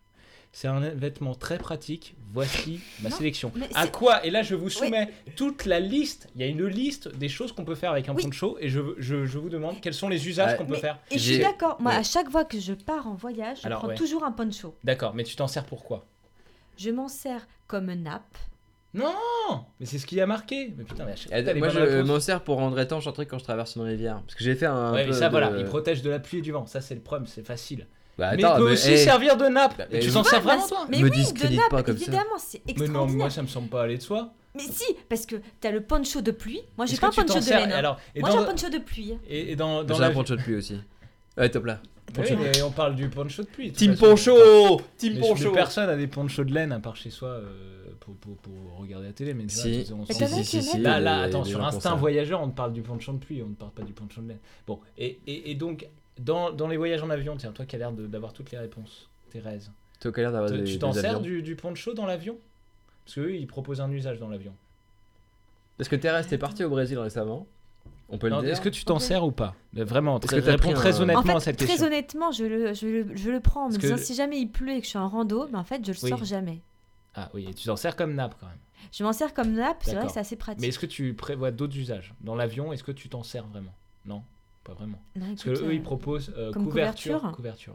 C'est un vêtement très pratique. Voici ma
Non,
sélection.
mais
À
c'est-
quoi Et là, je vous soumets toute la liste. Il y a une liste des choses qu'on peut faire avec un
Oui.
poncho et je, je, je vous demande quels sont les usages
Ouais.
qu'on peut
Mais-
faire.
Et je suis
J'ai-
d'accord, moi,
Ouais.
à chaque fois que je pars en voyage, je
Alors,
prends
ouais.
toujours un poncho.
D'accord, mais tu t'en sers pourquoi
Je m'en sers comme nappe.
Non Mais c'est ce qui a marqué. Mais putain, mais à chaque
Eh,
fois, t'as les
moi,
bonnes
je
réponses.
m'en sers pour rendre étanche un truc quand je traverse une rivière. Parce que j'ai fait un.
Ouais,
peu
mais ça,
de-
voilà, il protège de la pluie et du vent. Ça, c'est le problème, c'est facile.
Bah,
mais il
attends,
peut
mais,
aussi
eh,
servir de nappe.
Bah,
Et
mais-
tu
Je
t'en
Ouais,
sers
bah,
vraiment, toi
Mais
Me
oui, de
discrédite
nappe,
pas comme ça.
évidemment, c'est
Mais
extraordinaire.
non, moi, ça me semble pas aller de soi.
Mais si, parce que t'as le poncho de pluie. Moi, j'ai
Est-ce
pas un
que tu t'en
poncho de
sers-
laine. hein.
Alors, et
Moi, j'ai
dans,
un poncho de pluie.
et, et dans, dans
J'ai
la-
un poncho de pluie aussi. Ouais, top là.
Oui,
poncho.
mais on parle du poncho de pluie. de toute
Team
façon.
Poncho
Mais
Team
je- mais
Poncho
Personne a des ponchos de laine à part chez soi euh, pour, pour, pour regarder la télé. Mais tu vois,
Si,
on
Mais
s'en-
t'as vu qu'il y en a-
euh,
Bah, Là,
il y
là,
a
attends,
des
sur
gens pour
Instinct
ça.
Voyageur, on parle du ponchon de pluie, on ne parle pas du ponchon de laine. Bon, et, et, et donc, dans, dans les voyages en avion, tiens, toi qui as l'air de- d'avoir toutes les réponses, Thérèse,
Toi, qui as l'air d'avoir
te-
Bah, des-
tu t'en
des
sers
avions.
du, du poncho dans l'avion Parce que eux, ils proposent un usage dans l'avion.
Parce que Thérèse, t'es parti au Brésil récemment. On peut
Non,
le dire.
Est-ce que tu t'en
Ok.
sers ou pas Mais Vraiment,
Est-ce
très,
que t'as
réponds
pris un-
très honnêtement
En fait,
à cette
très
question.
honnêtement, je le, je, le, je le prends en me
Parce que-
disant si jamais il pleut et que je suis en rando, ben en fait, je le
Oui.
sors jamais.
Ah oui, et tu t'en sers comme nappe quand même.
Je m'en sers comme nappe, c'est vrai
D'accord.
que c'est assez
Mais
pratique.
est-ce que tu prévois d'autres usages Dans l'avion, est-ce que tu t'en sers vraiment Non, pas vraiment.
Non,
Parce que
écoute,
eux,
euh,
ils proposent euh,
comme
couverture.
couverture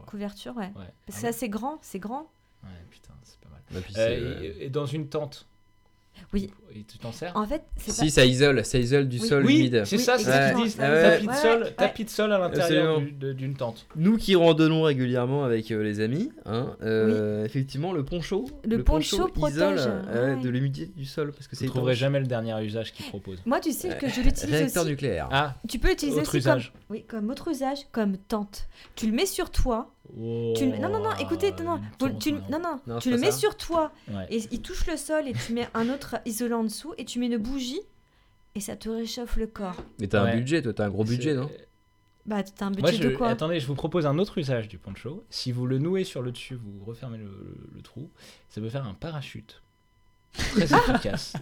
Couverture. ouais.
Couverture, ouais.
Ouais. Ah
Parce que c'est assez grand, c'est grand.
ouais. Ouais, putain, c'est pas mal.
Et Bah, puis, c'est,
Euh,
euh,
et, et dans une tente.
Oui.
Et tu t'en sers
En fait, c'est
Si, ça isole, ça isole du
Oui.
sol
Oui,
humide.
c'est
Oui,
ça, c'est ce
exactement.
qu'ils disent.
Ouais,
ouais,
tapis, de
ouais.
sol,
Ouais.
tapis de sol à l'intérieur
Absolument.
du- de- d'une tente.
Nous qui randonnons régulièrement avec euh, les amis, hein, euh, effectivement, le poncho,
Le poncho
isole
protège,
euh,
ouais.
de l'humidité du sol parce que
Vous
c'est
ne trouverez
étanche.
jamais le dernier usage qu'ils proposent.
Moi, tu sais
*laughs*
que je l'utilise
réacteur
aussi.
nucléaire.
Ah,
Tu peux l'utiliser
Autre
aussi comme,
usage.
oui, comme autre usage, comme tente. Tu le mets sur toi. Tu le- Non, non, non, écoutez, non, non,
Oh,
vous- tu, le- non, non,
Non,
tu
c'est
le
pas
mets
ça.
sur toi
Ouais.
et il touche le sol et tu mets un autre isolant en dessous et tu mets une bougie et ça te réchauffe le corps.
Mais t'as
Ouais.
un budget, toi, t'as un gros budget, non
euh,
Bah, t'as un budget
Moi, je-
de quoi
attendez, je vous propose un autre usage du poncho. Si vous le nouez sur le dessus, vous refermez le, le- le trou, ça peut faire un parachute. Très *laughs* efficace.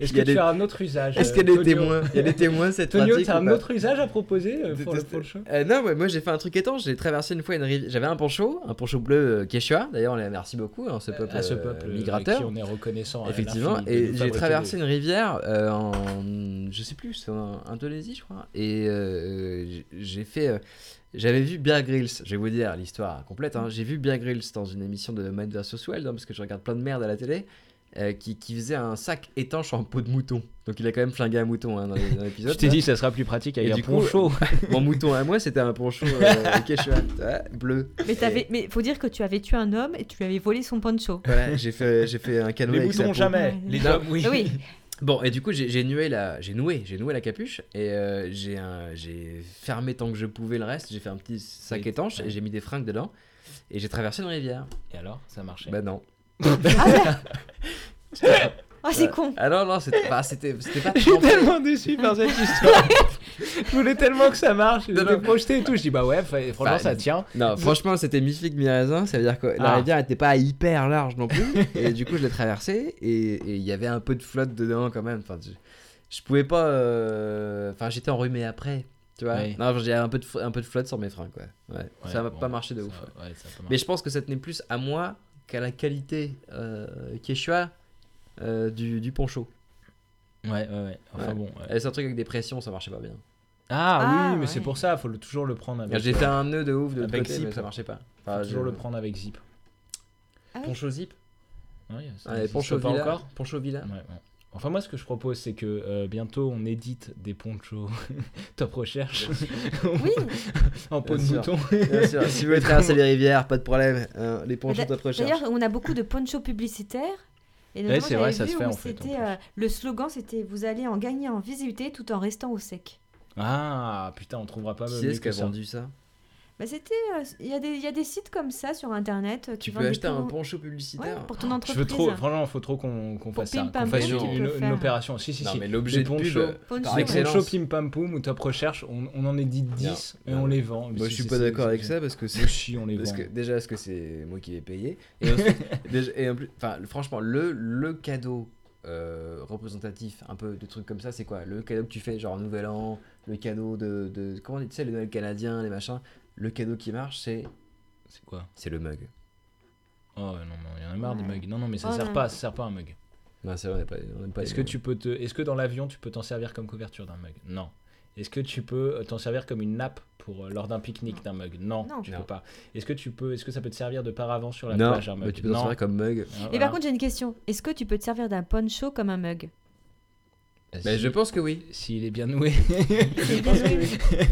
Est-ce
Il y
que
a
tu
des-
as un autre usage
Est-ce
euh,
qu'il y a des
Tonio
témoins Il y a des témoins cette
*laughs* Tonio,
pratique
t'as
ou
un
pas
autre usage à proposer euh, pour le
Détesté.
poncho
Euh, non, ouais, moi j'ai fait un truc étanche, j'ai traversé une fois une rivière. J'avais un poncho, un poncho bleu euh, quechua, d'ailleurs, on les merci beaucoup, hein, ce peuple,
À ce
euh,
peuple
migrateur.
à qui on est reconnaissant. à
Effectivement,
l'infini de nous
et j'ai
fabriquer
traversé
des-
une rivière euh, en, je sais plus, c'est en Indonésie, je crois, et euh, j'ai- j'ai fait, euh, j'avais vu Bear Grylls, je vais vous dire l'histoire complète, hein. j'ai vu Bear Grylls dans une émission de Man vs Wild, hein, parce que je regarde plein de merde à la télé, euh, qui, qui faisait un sac étanche en peau de mouton, donc il a quand même flingué un mouton hein, dans les- dans l'épisode.
*laughs* Je t'ai dit, ça sera plus pratique avec
Et
un
du coup, *laughs*
poncho.
Mon mouton à moi, c'était un poncho euh, quechua, tu vois, bleu.
Mais, t'avais- mais faut dire que tu avais tué un homme et tu lui avais volé son poncho.
Voilà, j'ai fait, j'ai fait un canoë.
Les
avec sa
moutons,
peau.
jamais. Les hommes, oui. *laughs*
Ah Oui,
Bon, et du coup, j'ai j'ai noué la, j'ai noué, j'ai noué la capuche et euh, j'ai un- j'ai fermé tant que je pouvais le reste. J'ai fait un petit sac
Oui,
étanche
ouais.
et j'ai mis des fringues dedans et j'ai traversé une rivière.
Et alors, ça marchait.
Bah non.
Ah, c'est con.
Ah non non, c'était pas, c'était, c'était *laughs* pas.
Je suis
trempé.
tellement déçu par cette histoire. je voulais tellement que ça marche. Je
Non,
l'ai
non.
projeté et tout. Je dis, bah ouais, fa- franchement,
Bah,
ça tient.
*laughs* Non, franchement, c'était mi fig mi raisin. Ça veut dire que la
Ah.
rivière était pas hyper large non *laughs* plus. et du coup, je l'ai traversée et et il y avait un peu de flotte dedans quand même. Enfin, je, je pouvais pas. euh, Enfin, j'étais enrhumé après. Tu vois
Oui.
Non, j'ai un peu de, fo- un peu de flotte sur mes fringues quoi. Ouais. ça m'a
bon,
pas marché de
ça-
ouf. ouais.
ouais, ça a pas
Mais
marché.
je pense que ça tenait plus à moi qu'à la qualité euh, quechua euh, du, du poncho.
Ouais, ouais, ouais. Enfin
Ouais.
bon. ouais.
Euh, C'est un truc avec des pressions, ça marchait pas bien.
Ah,
Ah,
oui, mais
ouais.
c'est pour ça, faut le- toujours le prendre avec.
J'ai fait
euh,
un nœud de ouf de l'autre
avec
côté,
zip.
mais ça marchait pas.
faut
Enfin,
toujours
je-
le prendre avec zip.
Ah oui.
Poncho zip
Ouais, ça
Ouais,
n'existe
Poncho
pas
villa.
encore.
Poncho villa.
Ouais, ouais. Enfin, moi, ce que je propose, c'est que euh, bientôt on édite des ponchos *laughs* top recherche *laughs*
Oui,
en peau de
Bien
mouton.
Bien sûr, si vous voulez traverser les rivières, pas de problème. hein, les ponchos
Mais
top recherche.
d'ailleurs, on a beaucoup de ponchos publicitaires. Et
Ouais,
notamment,
c'est vrai,
j'avais
ça se
vu
fait,
où
en fait, en
c'était,
plus.
euh, le slogan, c'était Vous allez en gagner en visibilité tout en restant au sec.
Ah, putain, on trouvera pas
Qui
mieux
est-ce qui
que
a
ça.
vendu ça
Bah, c'était, euh, il y, a des- il y a des sites comme ça sur internet euh, qui
Tu
vendent
peux
des
acheter un
promos-
poncho
Ouais,
publicitaire
pour ton
Je
entreprise.
veux trop, franchement, faut trop qu'on qu'on
Pour
fasse ça.
Pim Pam
Qu'on fasse
Poum, tu
une,
peux
une
faire.
opération. Si, si,
Non,
si.
mais l'objet
Des
de
ponchos.
pub, euh,
Poncho,
par
ouais.
Avec
excellence.
Poncho,
excellence.
Pim Pam Poum ou Top Recherche, on, on en édite 10
Non,
et on
non.
les vend.
Moi,
C'est-
je suis
c'est-
pas
c'est-
d'accord
c'est-
avec ça parce que c'est
Moi, Si, on les
Parce
vend.
que déjà, parce que c'est moi qui vais payer. Et *laughs* ensuite, déjà- et en plus, enfin, franchement, le, le cadeau euh, représentatif, un peu de trucs comme ça, c'est quoi Le cadeau que tu fais, genre Nouvel An, le cadeau de. de comment on dit, tu sais, le Noël canadien, les machins. Le cadeau qui marche, c'est
C'est quoi
c'est le mug.
Oh non, mais il y en a marre des
Ouais.
mugs. Non, non, mais ça
Oh,
sert
non.
pas, ça sert pas un mug.
Non, c'est vrai, on n'est pas. on n'est pas
Est-ce que tu peux te, est-ce que dans l'avion tu peux t'en servir comme couverture d'un mug Non. Est-ce que tu peux euh, t'en servir comme une nappe pour euh, lors d'un pique-nique d'un mug Non,
Non.
tu
Non.
peux pas. Est-ce que tu peux, est-ce que ça peut te servir de paravent sur la
Non,
plage un mug
mais tu peux t'en
Non.
servir comme mug.
Ah,
Et
voilà.
par contre, j'ai une question. Est-ce que tu peux te servir d'un poncho comme un *laughs* mug
Bah,
Mais
si-
je pense que oui.
s'il est bien noué *laughs*
C'est bien joué.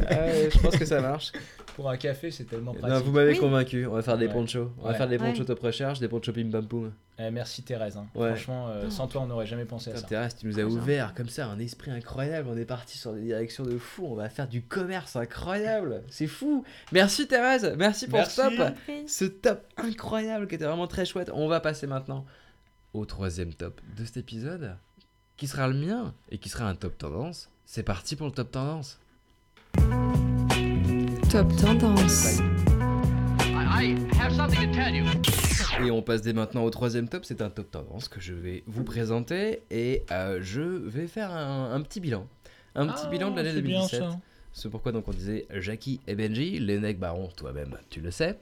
Ah
Euh, je pense que ça marche.
pour un café, c'est tellement
Non,
pratique.
vous m'avez
Oui.
convaincu. On va faire des
Ouais.
ponchos. On va
Ouais.
faire des ponchos
Ouais.
top recherche, des ponchos pim pam poum.
Eh, merci Thérèse. hein.
Ouais.
Franchement, euh, sans toi, on n'aurait jamais pensé à
Putain,
ça. Ah,
Thérèse, tu nous as
Trop bien.
ouvert comme ça un esprit incroyable. On est parti sur des directions de fou. On va faire du commerce incroyable. C'est fou. Merci Thérèse. Merci pour ce
Merci.
top. Ce top incroyable qui était vraiment très chouette. On va passer maintenant au troisième top de cet épisode qui sera le mien et qui sera un top tendance. C'est parti pour le top tendance.
Top tendance.
Et on passe dès maintenant au troisième top. C'est un top tendance que je vais vous présenter et euh, je vais faire un, un petit bilan. Un petit
Ah,
bilan de l'année
c'est bien
2017.
ça. hein.
C'est pourquoi donc on disait Jackie et Benji, les necks barons, toi-même, tu le sais.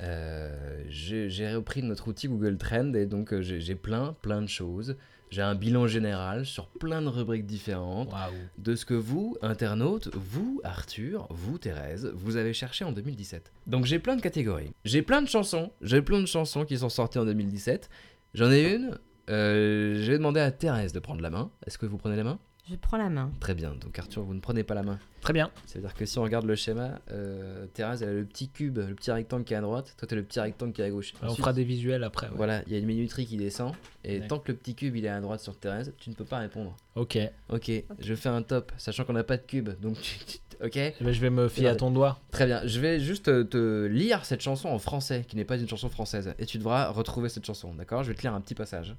Euh, j'ai j'ai repris notre outil Google Trend et donc euh, j'ai j'ai plein, plein de choses. J'ai un bilan général sur plein de rubriques différentes
Waouh.
de ce que vous, internautes, vous, Arthur, vous, Thérèse, vous avez cherché en 2017. Donc j'ai plein de catégories. J'ai plein de chansons. J'ai plein de chansons qui sont sorties en 2017. J'en ai une Euh, je vais demander à Thérèse de prendre la main. Est-ce que vous prenez la main
Je prends la main.
Très bien. Donc Arthur, vous ne prenez pas la main.
Très bien.
Ça veut dire que si on regarde le schéma, euh, Thérèse, elle a le petit cube, le petit rectangle qui est à droite. Toi, t'as le petit rectangle qui est à gauche.
Ah, on
Ensuite,
fera des visuels après. ouais.
Voilà, il y a une minuterie qui descend. Et
D'accord.
tant que le petit cube il est à droite sur Thérèse, tu ne peux pas répondre.
Ok. Eh
Ok, je fais un top, sachant qu'on n'a pas de cube. Donc, tu- tu- ok.
ben, je vais me fier
Regardez.
à ton doigt.
Très bien, je vais juste euh, te lire cette chanson en français, qui n'est pas une chanson française, et tu devras retrouver cette chanson, d'accord Je vais te lire un petit passage.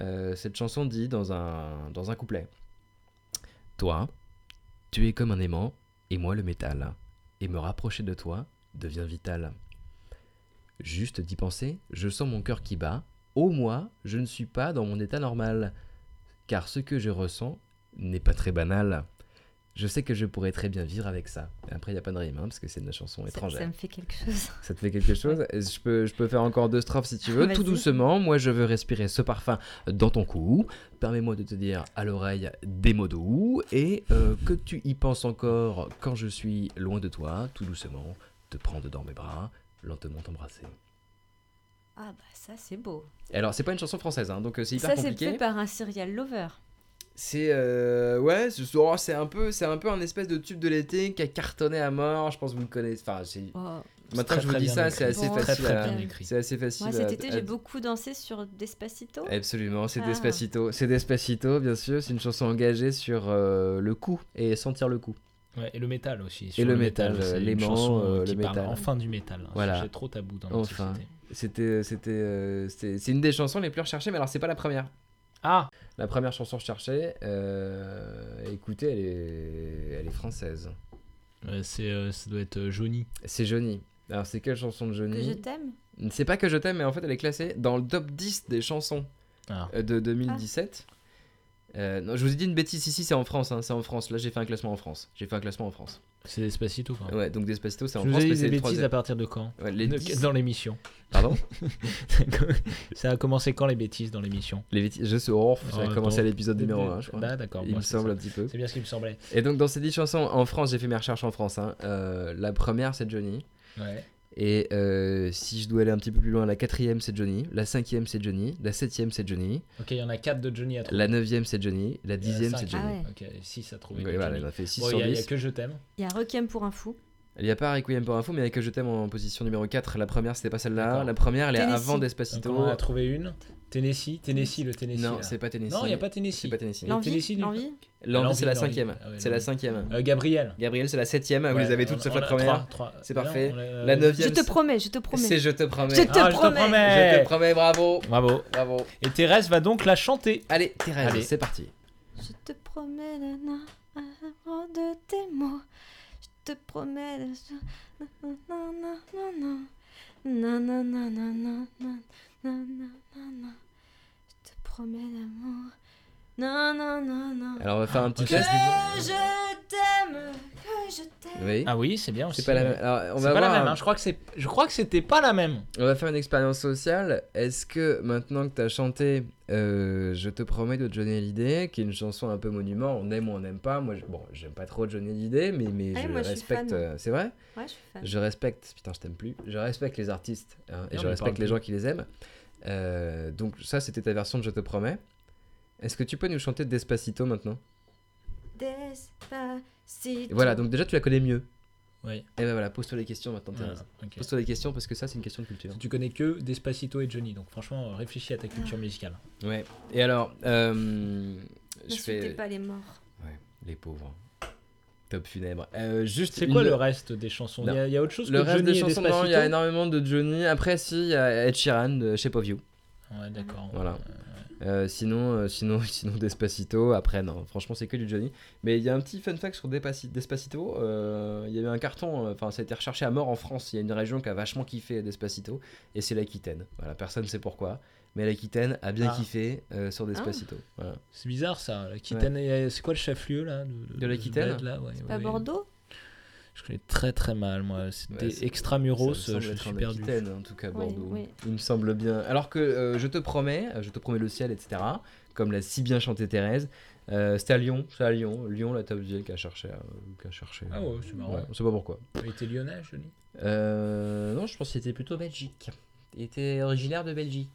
Euh, cette chanson dit dans un, dans un couplet Toi, tu es comme un aimant, et moi le métal, et me rapprocher de toi devient vital. Juste d'y penser, je sens mon cœur qui bat, ô moi, je ne suis pas dans mon état normal, car ce que je ressens n'est pas très banal. Je sais que je pourrais très bien vivre avec ça. Après, il n'y a pas de rime, hein, parce que c'est une chanson
Ça,
étrangère.
ça me fait quelque chose.
Ça te fait quelque chose Et je peux, je peux faire encore deux strophes si tu
*laughs*
veux. Tout
Vas-y.
doucement, moi je veux respirer ce parfum dans ton cou. Permets-moi de te dire à l'oreille des mots doux et euh, que tu y penses encore quand je suis loin de toi. Tout doucement, te prendre dans mes bras, lentement t'embrasser.
Ah bah ça c'est beau.
Et Alors c'est pas une chanson française, hein, donc euh, c'est hyper
Ça c'est
compliqué.
fait par un serial lover.
C'est euh, ouais, c'est oh, c'est un peu, c'est un peu un espèce de tube de l'été qui a cartonné à mort. Je pense que vous le connaissez. Enfin, c'est-
Oh.
maintenant
très,
que je vous
très
dis
bien
ça,
écrit.
c'est assez
Bon,
Très
facile.
très
à-
bien écrit.
C'est assez facile.
Moi cet
à-
été
à-
j'ai beaucoup dansé sur Despacito.
Absolument, c'est
Ah.
Despacito. C'est Despacito, bien sûr. C'est une chanson engagée sur euh, le coup et sentir le coup.
Ouais, et le métal aussi. sur
le métal,
métal, c'est
euh,
une
l'aimant,
chanson, euh,
euh,
qui
le
parle
métal.
Enfin du métal. hein.
Voilà.
C'est trop tabou dans notre
Enfin.
société.
C'était, c'était, euh, c'était- c'est une des chansons les plus recherchées, mais alors c'est pas la première.
Ah
La première chanson recherchée, euh, écoutez, elle est, elle est française.
Euh, c'est, euh, ça doit être euh, Johnny.
C'est Johnny. Alors c'est quelle chanson de
Que je
Johnny
t'aime.
C'est pas que je t'aime, mais en fait elle est classée dans le top 10 des chansons
Ah.
euh, de
Ah.
2017. Euh, non, je vous ai dit une bêtise ici, c'est en France, hein, c'est en France. Là j'ai fait un classement en France. J'ai fait un classement en France.
C'est Despacito. Enfin.
Ouais, donc Despacito c'est en
hein. Ah. Je vous
France,
ai
mais
dit
c'est
des
le
bêtises
troisième.
à partir de quand
Ouais, les
De-
10.
Dans l'émission. *laughs*
Pardon
ça a commencé quand les bêtises dans l'émission
Les bêtises, je sais, oh, ça
Oh,
a commencé à
attends.
l'épisode numéro 1, je crois.
Bah, d'accord.
Il
moi,
me
c'est
semble
ça.
un petit peu.
C'est bien ce qui me semblait.
Et donc, dans ces 10 chansons, en France, j'ai fait mes recherches en France. hein. Euh, la première, c'est Johnny.
Ouais.
Et euh, si je dois aller un petit peu plus loin, la quatrième, c'est Johnny. La cinquième, c'est Johnny. La septième, c'est Johnny.
Ok, il y en a 4 de Johnny à trouver.
La neuvième, c'est Johnny. La
Il y en a
dixième,
cinq.
c'est
Ah
Johnny.
ouais.
Ok, 6 à trouver.
Oui,
de
voilà,
Johnny.
il en a fait 6
Ah Bon, il
sur
y a- il y
10.
a que je t'aime.
Il y a Requiem pour un fou.
Il n'y a pas Requiem pour info, mais il y a que je t'aime en position numéro 4. La première, c'était pas celle-là.
D'accord.
La première, elle est
Tennessee.
avant
Donc,
Despacito.
on en a trouvé une. Tennessee, Tennessee, le Tennessee.
Non,
là.
c'est pas Tennessee.
Non, il n'y a pas Tennessee.
C'est pas Tennessee.
Non.
L'envie.
Tennessee, non.
L'envie.
L'envie, c'est la
L'envie,
cinquième.
l'envie. Ah ouais,
C'est la
l'envie.
cinquième.
Euh, Gabriel.
Gabriel, c'est la septième. Ah, Vous
Ouais,
les avez
on-
toutes sauf
on
la
a-
première.
trois, trois.
C'est
Non,
parfait.
on a-
La neuvième.
Je te promets, je te
C'est
promets.
je te promets.
Je te
Ah, je te
promets.
promets.
Je te promets, bravo.
Bravo.
Bravo.
Et Thérèse va donc la chanter.
Allez, Thérèse,
Allez.
c'est parti.
Je te promets la na- avant de tes mots. Je te promets la na- na- na- na- na. Na- na- na- na- na- na- na- na- na- na. Je te promets l'amour. Non, non, non, non.
Alors, on va faire un petit
ok.
test.
Que je t'aime, que je t'aime.
Oui.
Ah oui, c'est bien aussi.
c'est pas la
ouais.
même. Alors, on
C'est
va
pas la
voir,
même. hein. Je crois que c'est. Je crois que c'était pas la même.
On va faire une expérience sociale. Est-ce que maintenant que t'as chanté euh, Je te promets de Johnny Hallyday, qui est une chanson un peu monument, on aime ou on n'aime pas. Moi, je- bon, j'aime pas trop Johnny Hallyday, mais, mais
Ah,
je
moi, je suis
respecte.
fan.
euh, c'est vrai
Ouais, je suis fan.
Je respecte, putain, je t'aime plus. Je respecte les artistes hein, et
Non,
je
mais
respecte
parle
les
plus.
gens qui les aiment. Euh, donc, ça, c'était ta version de Je te promets. Est-ce que tu peux nous chanter Despacito maintenant Et
Despacito.
Voilà, donc déjà, tu la connais mieux.
Oui.
Et ben voilà, pose-toi les questions maintenant,
Voilà,
Thérèse.
ok.
Pose-toi les questions parce que ça, c'est une question de culture.
Tu connais que Despacito et Johnny, donc franchement, euh, réfléchis à ta culture musicale.
Ouais. Et alors, euh, je
N'insultez
fais.
pas les morts.
Ouais, les pauvres. Top funèbre. Euh, juste.
C'est quoi
une-
le reste des chansons Il y, a- il y a autre chose
Le
que
reste
Johnny
des
et
chansons,
Despacito
non, il y a énormément de Johnny. Après, si, il y a Ed Sheeran de Shape of You.
Ouais, d'accord.
Voilà. Euh, sinon, euh, sinon, *laughs* sinon Despacito. Après, non, franchement, c'est que du Johnny. Mais il y a un petit fun fact sur Despacito. Despacito, euh, il y a eu un carton, euh, enfin, ça a été recherché à mort en France. Il y a une région qui a vachement kiffé Despacito, et c'est l'Aquitaine. Voilà, personne ne sait pourquoi, mais l'Aquitaine a bien
Ah.
kiffé euh, sur Despacito.
Ah.
Voilà.
C'est bizarre ça. L'Aquitaine, et- c'est quoi le chef-lieu là De,
De l'Aquitaine
bled, là Ouais, ouais,
Pas
ouais.
Bordeaux
Je connais très très mal moi. C'est
Ouais, c'est-
des extramuros,
Ça me
euh,
semble
je
être
suis
un
perdu.
Aquitaine, en tout cas,
Oui,
Bordeaux.
oui.
Il me semble bien. Alors que euh, je te promets, euh, je te promets le ciel, etc. Comme l'a si bien chanté Thérèse. euh, c'était à Lyon, c'est à Lyon, Lyon, la top ville qui a cherché. à- qui a cherché euh,
Ah ouais, c'est marrant.
Ouais, on sait pas pourquoi.
Il était lyonnais, Johnny
Euh, non, je pense qu'il était plutôt Belgique. Il était originaire de Belgique.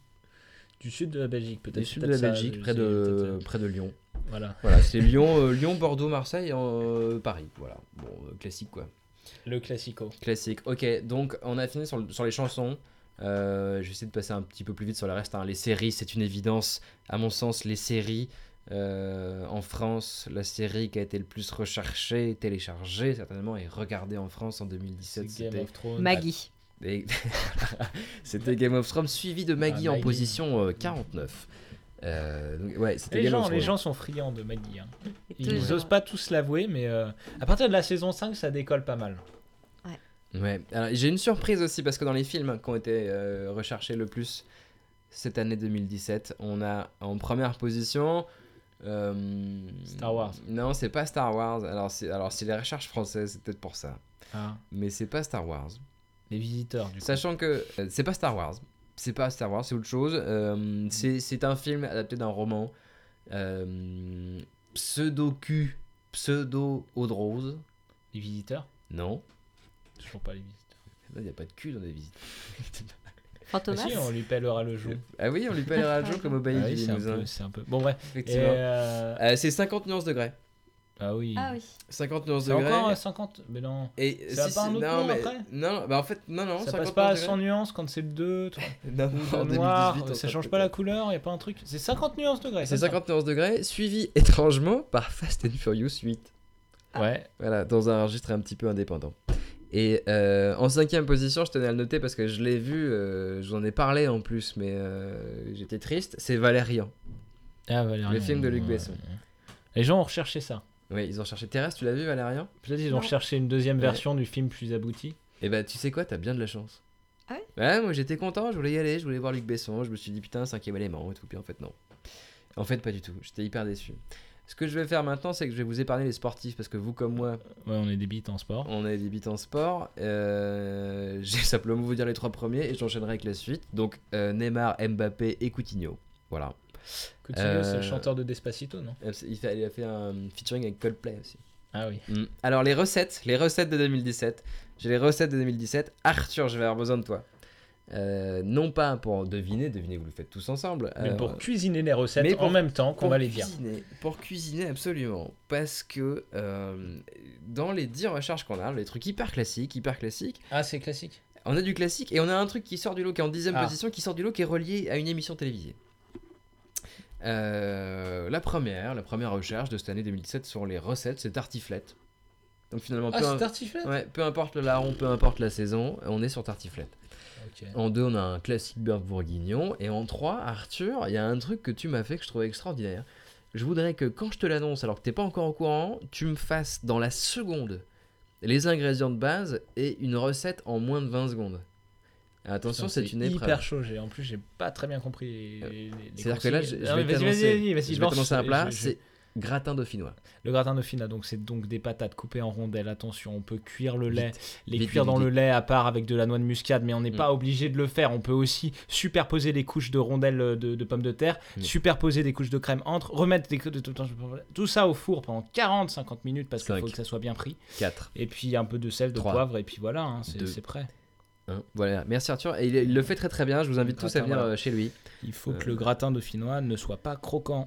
Du sud de la Belgique, peut-être.
Du sud de la
peut-être ça,
Belgique,
je-
près
c'est
de,
peut-être- euh,
près de Lyon.
Voilà.
euh, Voilà, c'est Lyon, euh, Lyon, Bordeaux, Marseille, euh, Paris. Voilà, bon, euh, classique quoi.
Le classico.
Classique. Ok, donc on a fini sur, le- sur les chansons. Euh, je vais essayer de passer un petit peu plus vite sur le reste. hein. Les séries, c'est une évidence. À mon sens, les séries euh, en France, la série qui a été le plus recherchée, téléchargée certainement et regardée en France en 2017,
C'est Game
c'était
of Thrones.
Maggie.
et- *laughs* c'était Game of Thrones suivi de Maggie
Ah,
en
Maggie.
position euh, 49. Euh, donc, ouais, c'était
Les
Game of
gens, les
Thrones.
gens sont friands de Maggie. hein.
Et
Ils
toujours.
n'osent pas tous l'avouer, mais euh, à partir de la saison 5, ça décolle pas mal.
Ouais. Alors, j'ai une surprise aussi parce que dans les films qui ont été euh, recherchés le plus cette année 2017, on a en première position. euh,
Star Wars.
Non, c'est pas Star Wars. Alors, c'est alors, c'est les recherches françaises, c'est peut-être pour ça.
Ah.
Mais c'est pas Star Wars.
Les visiteurs, du coup.
Sachant que euh, c'est pas Star Wars. C'est pas Star Wars, c'est autre chose. Euh, c'est c'est un film adapté d'un roman euh, pseudo-cul, pseudo-eau de rose.
Les visiteurs
Non,
Toujours pas les visiteurs.
il n'y a pas de cul dans les visites.
Ah
Fantomas
si, on lui pèlera le jour.
Ah oui, on lui pèlera
*laughs*
le jour comme au bailli
Ah oui,
du
c'est un,
Limousin.
peu- c'est un peu. Bon, bref. Et,
Effectivement.
euh,
Euh, c'est 50 nuances degrés.
Ah oui.
Ah oui.
50 nuances
C'est
degrés.
encore euh, 50. Mais non.
et
ça a
si,
pas un
si-
autre
non,
nom
mais-
après
Non, bah en fait, non, non,
ça
50
passe pas à
nuances
100 nuances quand c'est
*laughs*
le 2.
degrés. Non, en 2018,
noir,
on
ça
sera
change
peut-être-
pas la couleur, y a pas un truc. C'est 50 nuances degrés.
C'est
comme ça.
50 nuances degrés, suivi *laughs* étrangement par Fast and Furious 8.
Ouais.
Voilà, dans un registre un petit peu indépendant. Et euh, en cinquième position, je tenais à le noter parce que je l'ai vu, euh, je vous en ai parlé en plus, mais euh, j'étais triste, c'est Valérian.
Ah, Valérian,
Le film de Luc
ouais.
Besson.
Les gens ont recherché ça.
Oui, ils ont cherché Thérèse, tu l'as vu Valérian
Peut-être ils ont
Non.
recherché une deuxième
Ouais.
version du film plus abouti.
Et bah tu sais quoi, t'as bien de la chance.
Ah
Ouais, moi j'étais content, je voulais y aller, je voulais voir Luc Besson, je me suis dit putain, cinquième élément et tout, puis en fait non. En fait pas du tout, j'étais hyper déçu. Ce que je vais faire maintenant, c'est que je vais vous épargner les sportifs parce que vous comme moi,
Ouais, on est des bites en sport.
On a des bits en sport. Euh, *laughs* J'ai simplement vous dire les trois premiers et j'enchaînerai avec la suite. Donc euh, Neymar, Mbappé et Coutinho. Voilà.
Coutinho, c'est
Euh,
le chanteur de Despacito, non
Euh, c'est- Il, fait- il a fait un featuring avec Coldplay aussi.
Ah oui.
Mm. Alors les recettes, les recettes de 2017. J'ai les recettes de 2017. Arthur, je vais avoir besoin de toi. Euh, non pas pour deviner, deviner vous le faites tous ensemble.
Mais
Euh,
pour cuisiner les recettes
mais pour-
en même temps qu'on
pour
va les dire.
cuisiner- Pour cuisiner, absolument. Parce que euh, dans les 10 recherches qu'on a, les trucs hyper classiques, hyper classiques,
Ah, c'est classique.
On a du classique et on a un truc qui sort du lot, qui est en dixième
Ah.
position, qui sort du lot, qui est relié à une émission télévisée. Euh, la première, la première recherche de cette année 2017 sur les recettes, c'est tartiflette. Donc finalement,
Ah,
peu,
c'est
im-
tartiflette
ouais, peu importe le larron, peu importe la saison, on est sur tartiflette.
Ok.
En deux, on a un classique beurre bourguignon et en trois, Arthur, il y a un truc que tu m'as fait que je trouvais extraordinaire. Je voudrais que quand je te l'annonce, alors que t'es pas encore au courant, tu me fasses dans la seconde les ingrédients de base et une recette en moins de 20 secondes. Attention,
Putain,
c'est une
hyper
épreuve.
chaud. j'ai- En plus, j'ai pas très bien compris. les- les- les
C'est-à-dire que là, je,
consignes.
je
Ah,
vais
mais vas-y,
t'annoncer-
vas-y, vas-y, vas-y,
je vais
lance.
t'annoncer un
Je-
plat,
je-
c'est gratin dauphinois.
Le gratin dauphinois, donc c'est donc des patates coupées en rondelles. Attention, on peut cuire le lait, les
vite,
cuire
vite,
dans
vite.
le lait à part avec de la noix de muscade, mais on n'est
Mm.
pas obligé de le faire. On peut aussi superposer des couches de rondelles de, de pommes de terre,
Mm.
superposer des couches de crème entre, remettre des cou- de tout, tout ça au four pendant 40-50 minutes parce qu'il
Cinq.
faut que ça soit bien pris.
4.
Et puis un peu de sel, de
Trois.
poivre, et puis voilà, hein, c'est
Deux.
c'est prêt.
hein, Voilà, merci Arthur. Et il, il le fait très très bien, je vous invite tous à
Gratin,
venir
voilà.
euh, chez lui.
Il faut que
Euh.
le gratin dauphinois ne soit pas croquant,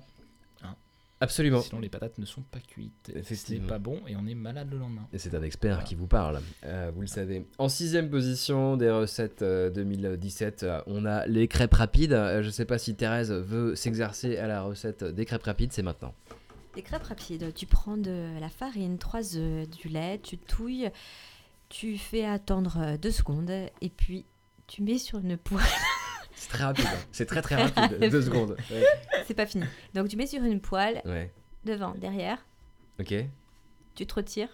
Absolument.
sinon les patates ne sont pas cuites. C'est
Effectivement.
pas bon et on est malade le lendemain.
Et C'est un expert qui vous parle, euh, vous le savez. En sixième position des recettes euh, 2017, euh, on a les crêpes rapides. Euh, je ne sais pas si Thérèse veut s'exercer à la recette des crêpes rapides, c'est maintenant.
Des crêpes rapides. Tu prends de la farine, 3 œufs, du lait, tu touilles, tu fais attendre 2 secondes et puis tu mets sur une poêle. *laughs*
C'est très rapide, hein. *laughs* c'est très très rapide, *laughs* deux secondes. Ouais.
C'est pas fini. Donc tu mets sur une poêle,
Ouais.
devant, derrière,
ok,
tu te retires,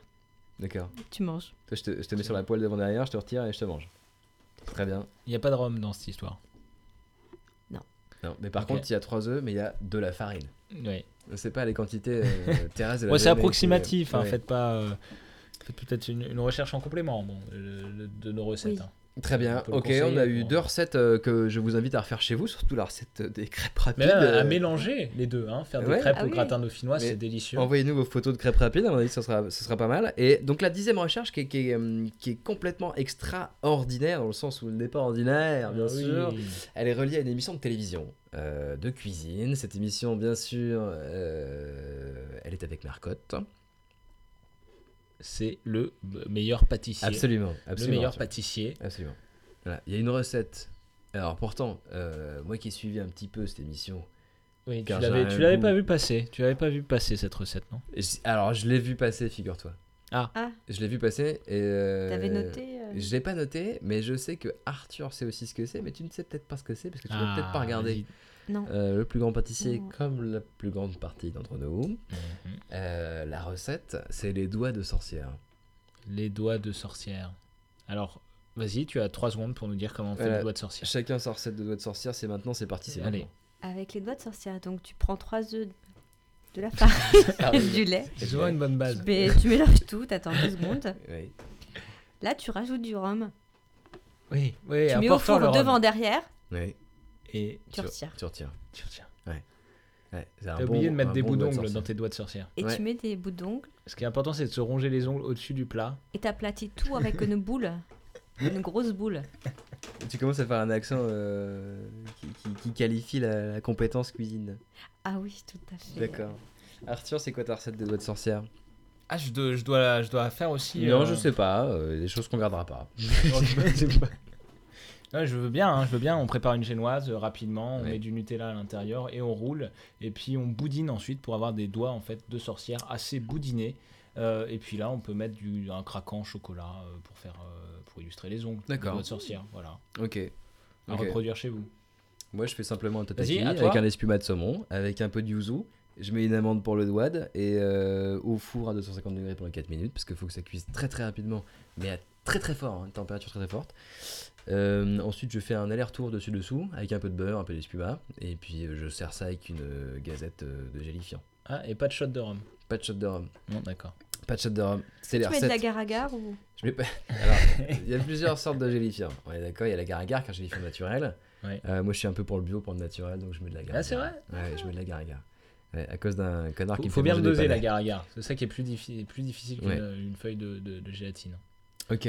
d'accord.
tu manges.
Toi, je te, je te mets sur la poêle devant derrière, je te retire et je te mange. Très bien.
Il n'y a pas de rhum dans cette histoire.
Non, mais par
Ok.
contre, il y a trois œufs, mais il y a de la farine.
Ouais.
C'est pas les quantités *laughs* euh, Thérèse. elle
Ouais,
avait,
c'est
mais
approximatif, hein,
ouais.
faites pas. euh, faites peut-être une, une recherche en complément bon, euh, de, de nos recettes.
Oui.
hein.
Très bien.
peut le
Ok, on a
conseiller
eu
pour-
deux recettes euh, que je vous invite à refaire chez vous, surtout la recette des *laughs* crêpes rapides.
Mais là, à
euh,
mélanger les deux, hein, faire des
ouais.
crêpes
Ah
au
oui.
gratin dauphinois,
Mais
c'est délicieux.
Envoyez-nous vos photos de crêpes rapides, à mon avis, ce sera, ce sera pas mal. Et donc, la dixième recherche qui est, qui est, hum, qui est complètement extraordinaire, dans le sens où elle n'est pas ordinaire, bien
Ah oui.
sûr. Elle est reliée à une émission de télévision, euh, de cuisine. Cette émission, bien sûr, euh, elle est avec Marcotte.
C'est le b- meilleur pâtissier.
Absolument,
Le
absolument.
meilleur pâtissier.
Absolument. Voilà. Il y a une recette. Alors, pourtant, euh, moi qui ai suivi un petit peu cette émission,
Oui,
Car
tu l'avais,
j'ai
tu
un
l'avais
goût.
pas vu passer. Tu l'avais pas vu passer cette recette, non
Et j- Alors, je l'ai vu passer, figure-toi.
Ah.
Ah.
Je l'ai vu passer et. euh,
T'avais noté euh,
Je l'ai pas noté, mais je sais que Arthur sait aussi ce que c'est, mais tu ne sais peut-être pas ce que c'est parce que tu l'as
Ah,
peut-être pas regardé.
vas-y.
Non.
Euh, le plus grand pâtissier,
Non.
comme la plus grande partie d'entre nous,
Mhm.
euh, la recette, c'est les doigts de sorcière.
Les doigts de sorcière. Alors, vas-y, tu as 3 secondes pour nous dire comment on fait
Voilà.
les doigts de sorcière.
Chacun sa recette de doigts de sorcière, c'est maintenant, c'est parti, c'est
Allez.
maintenant.
Avec les doigts de sorcière. Donc tu prends trois œufs de la farine, du lait.
C'est souvent une bonne
Tu,
base.
mets- tu mélanges tout, t'attends deux secondes.
Oui.
Là, tu rajoutes du rhum.
Oui, oui,
Tu mets au
important
four
le rhum.
devant, derrière,
Oui.
Et
tu retires.
Tu retires.
tu retiens.
Ouais, c'est un
T'as
bon-
oublié de mettre
un
des
bon
bouts
doigt de
d'ongles
sorcière.
dans tes doigts de sorcière.
Et
Ouais.
tu mets des bouts d'ongles
Ce qui est important, c'est de se ronger les ongles au-dessus du plat.
et t'aplatis tout avec une boule. Une grosse boule.
Tu commences à faire un accent euh, qui, qui- qui qualifie la- la compétence cuisine.
Ah oui, tout à fait.
D'accord. Arthur, c'est quoi ta recette des doigts de sorcière
Ah, je dois, je dois, je dois faire aussi.
Non,
euh,
je sais pas. euh, des choses qu'on gardera pas.
Non, je- Ouais, je veux bien, hein, je veux bien. On prépare une génoise euh, rapidement, on
Ouais.
met du Nutella à l'intérieur et on roule. Et puis on boudine ensuite pour avoir des doigts en fait de sorcière assez boudinés. Euh, et puis là, on peut mettre du, un craquant chocolat euh, pour faire euh, pour illustrer les ongles.
D'accord.
Des doigts de sorcière, voilà.
*laughs* Ok.
À
Ok.
reproduire chez vous.
Moi, je fais simplement un tataki
Vas-y, à toi.
avec un espumat de saumon, avec un peu de yuzu. Je mets une amande pour le doigt et euh, au four à 250 degrés pendant 4 minutes parce qu'il faut que ça cuise très très rapidement, mais à très très fort, hein, une température très très forte. Euh, ensuite, je fais un aller-retour dessus-dessous avec un peu de beurre, un peu d'espumat et puis euh, je sers ça avec une euh, gazette euh, de gélifiant.
Ah, et pas de shot de rhum.
Pas de shot de rhum,
Non, d'accord.
pas de shot de rhum. C'est les
Tu mets de
recettes.
la gare-agar ou
Je mets pas- Alors, il y a plusieurs sortes de gélifiants. On est d'accord, il y a la gare-gare qui est un gélifiant naturel.
Ouais.
Euh, moi, je suis un peu pour le bio, pour le naturel, donc je mets de la gare.
Ah, c'est vrai
Ouais, je mets de la gare Ouais, à cause d'un connard
Faut,
qui me
faut
fait
bien le
manger des
doser la
pâtes.
gare à gare. C'est ça qui est plus, diffi- plus difficile qu'une
Ouais.
euh, une feuille de, de- de gélatine.
Ok.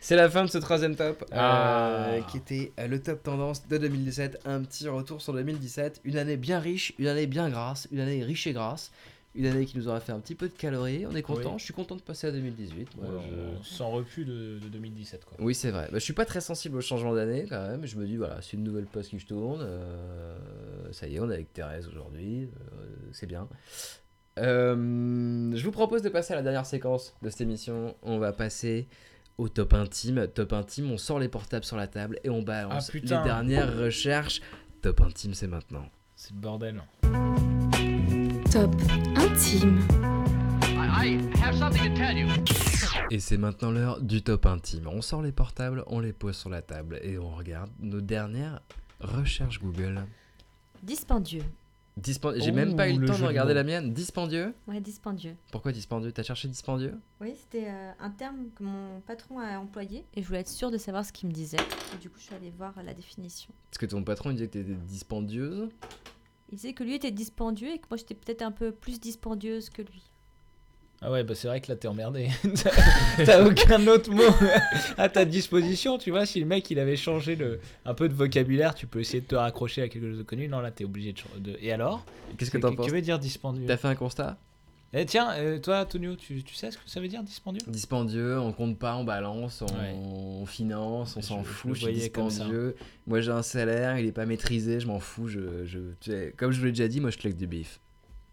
C'est la fin de ce troisième top,
Ah.
euh, qui était euh, le top tendance de 2017. Un petit retour sur 2017. Une année bien riche, une année bien grasse, une année riche et grasse. Une année qui nous aura fait un petit peu de calories. On est content.
Oui.
Je suis content de passer à 2018. Moi,
Ouais,
je-
on- Sans recul de, de 2017 quoi.
Oui, c'est vrai. Bah, je suis pas très sensible au changement d'année quand même. Je me dis, voilà, c'est une nouvelle page qui je tourne. Euh, ça y est, on est avec Thérèse aujourd'hui. Euh, c'est bien. Euh, je vous propose de passer à la dernière séquence de cette émission. On va passer au top intime. Top intime, on sort les portables sur la table et on balance
Ah,
les
putain.
dernières recherches. Top intime, c'est maintenant.
C'est le bordel.
Top intime.
Et c'est maintenant l'heure du top intime. On sort les portables, on les pose sur la table et on regarde nos dernières recherches Google.
Dispendieux.
Dispen- J'ai
Oh,
même pas eu le,
le
temps
jeu
de
de
regarder
mots.
la mienne. Dispendieux
Ouais, dispendieux.
Pourquoi dispendieux T'as cherché dispendieux
Oui, c'était euh, un terme que mon patron a employé et je voulais être sûre de savoir ce qu'il me disait. Et du coup, je suis allée voir la définition.
Parce que ton patron il disait que t'étais dispendieuse.
Il disait que lui était dispendieux et que moi, j'étais peut-être un peu plus dispendieuse que lui.
Ah ouais, bah c'est vrai que là t'es emmerdé. *laughs* T'as- t'as aucun autre mot *laughs* à ta disposition, tu vois. Si le mec il avait changé le, un peu de vocabulaire, tu peux essayer de te raccrocher à quelque chose de connu. Non, là t'es obligé de, ch- de. Et alors
Qu'est-ce que t'en
Que-
penses
Que veut dire dispendieux
T'as fait un constat
Eh tiens, euh, toi Tonio, tu, tu sais ce que ça veut dire dispendieux
Dispendieux, on compte pas, on balance, on,
Ouais.
on finance, on
Je-
s'en
je
fout.
le
Je suis
voyais comme ça.
dispendieux. Moi j'ai un salaire, il est pas maîtrisé, je m'en fous. Je, je, tu sais, comme je vous l'ai déjà dit, moi je claque du bif.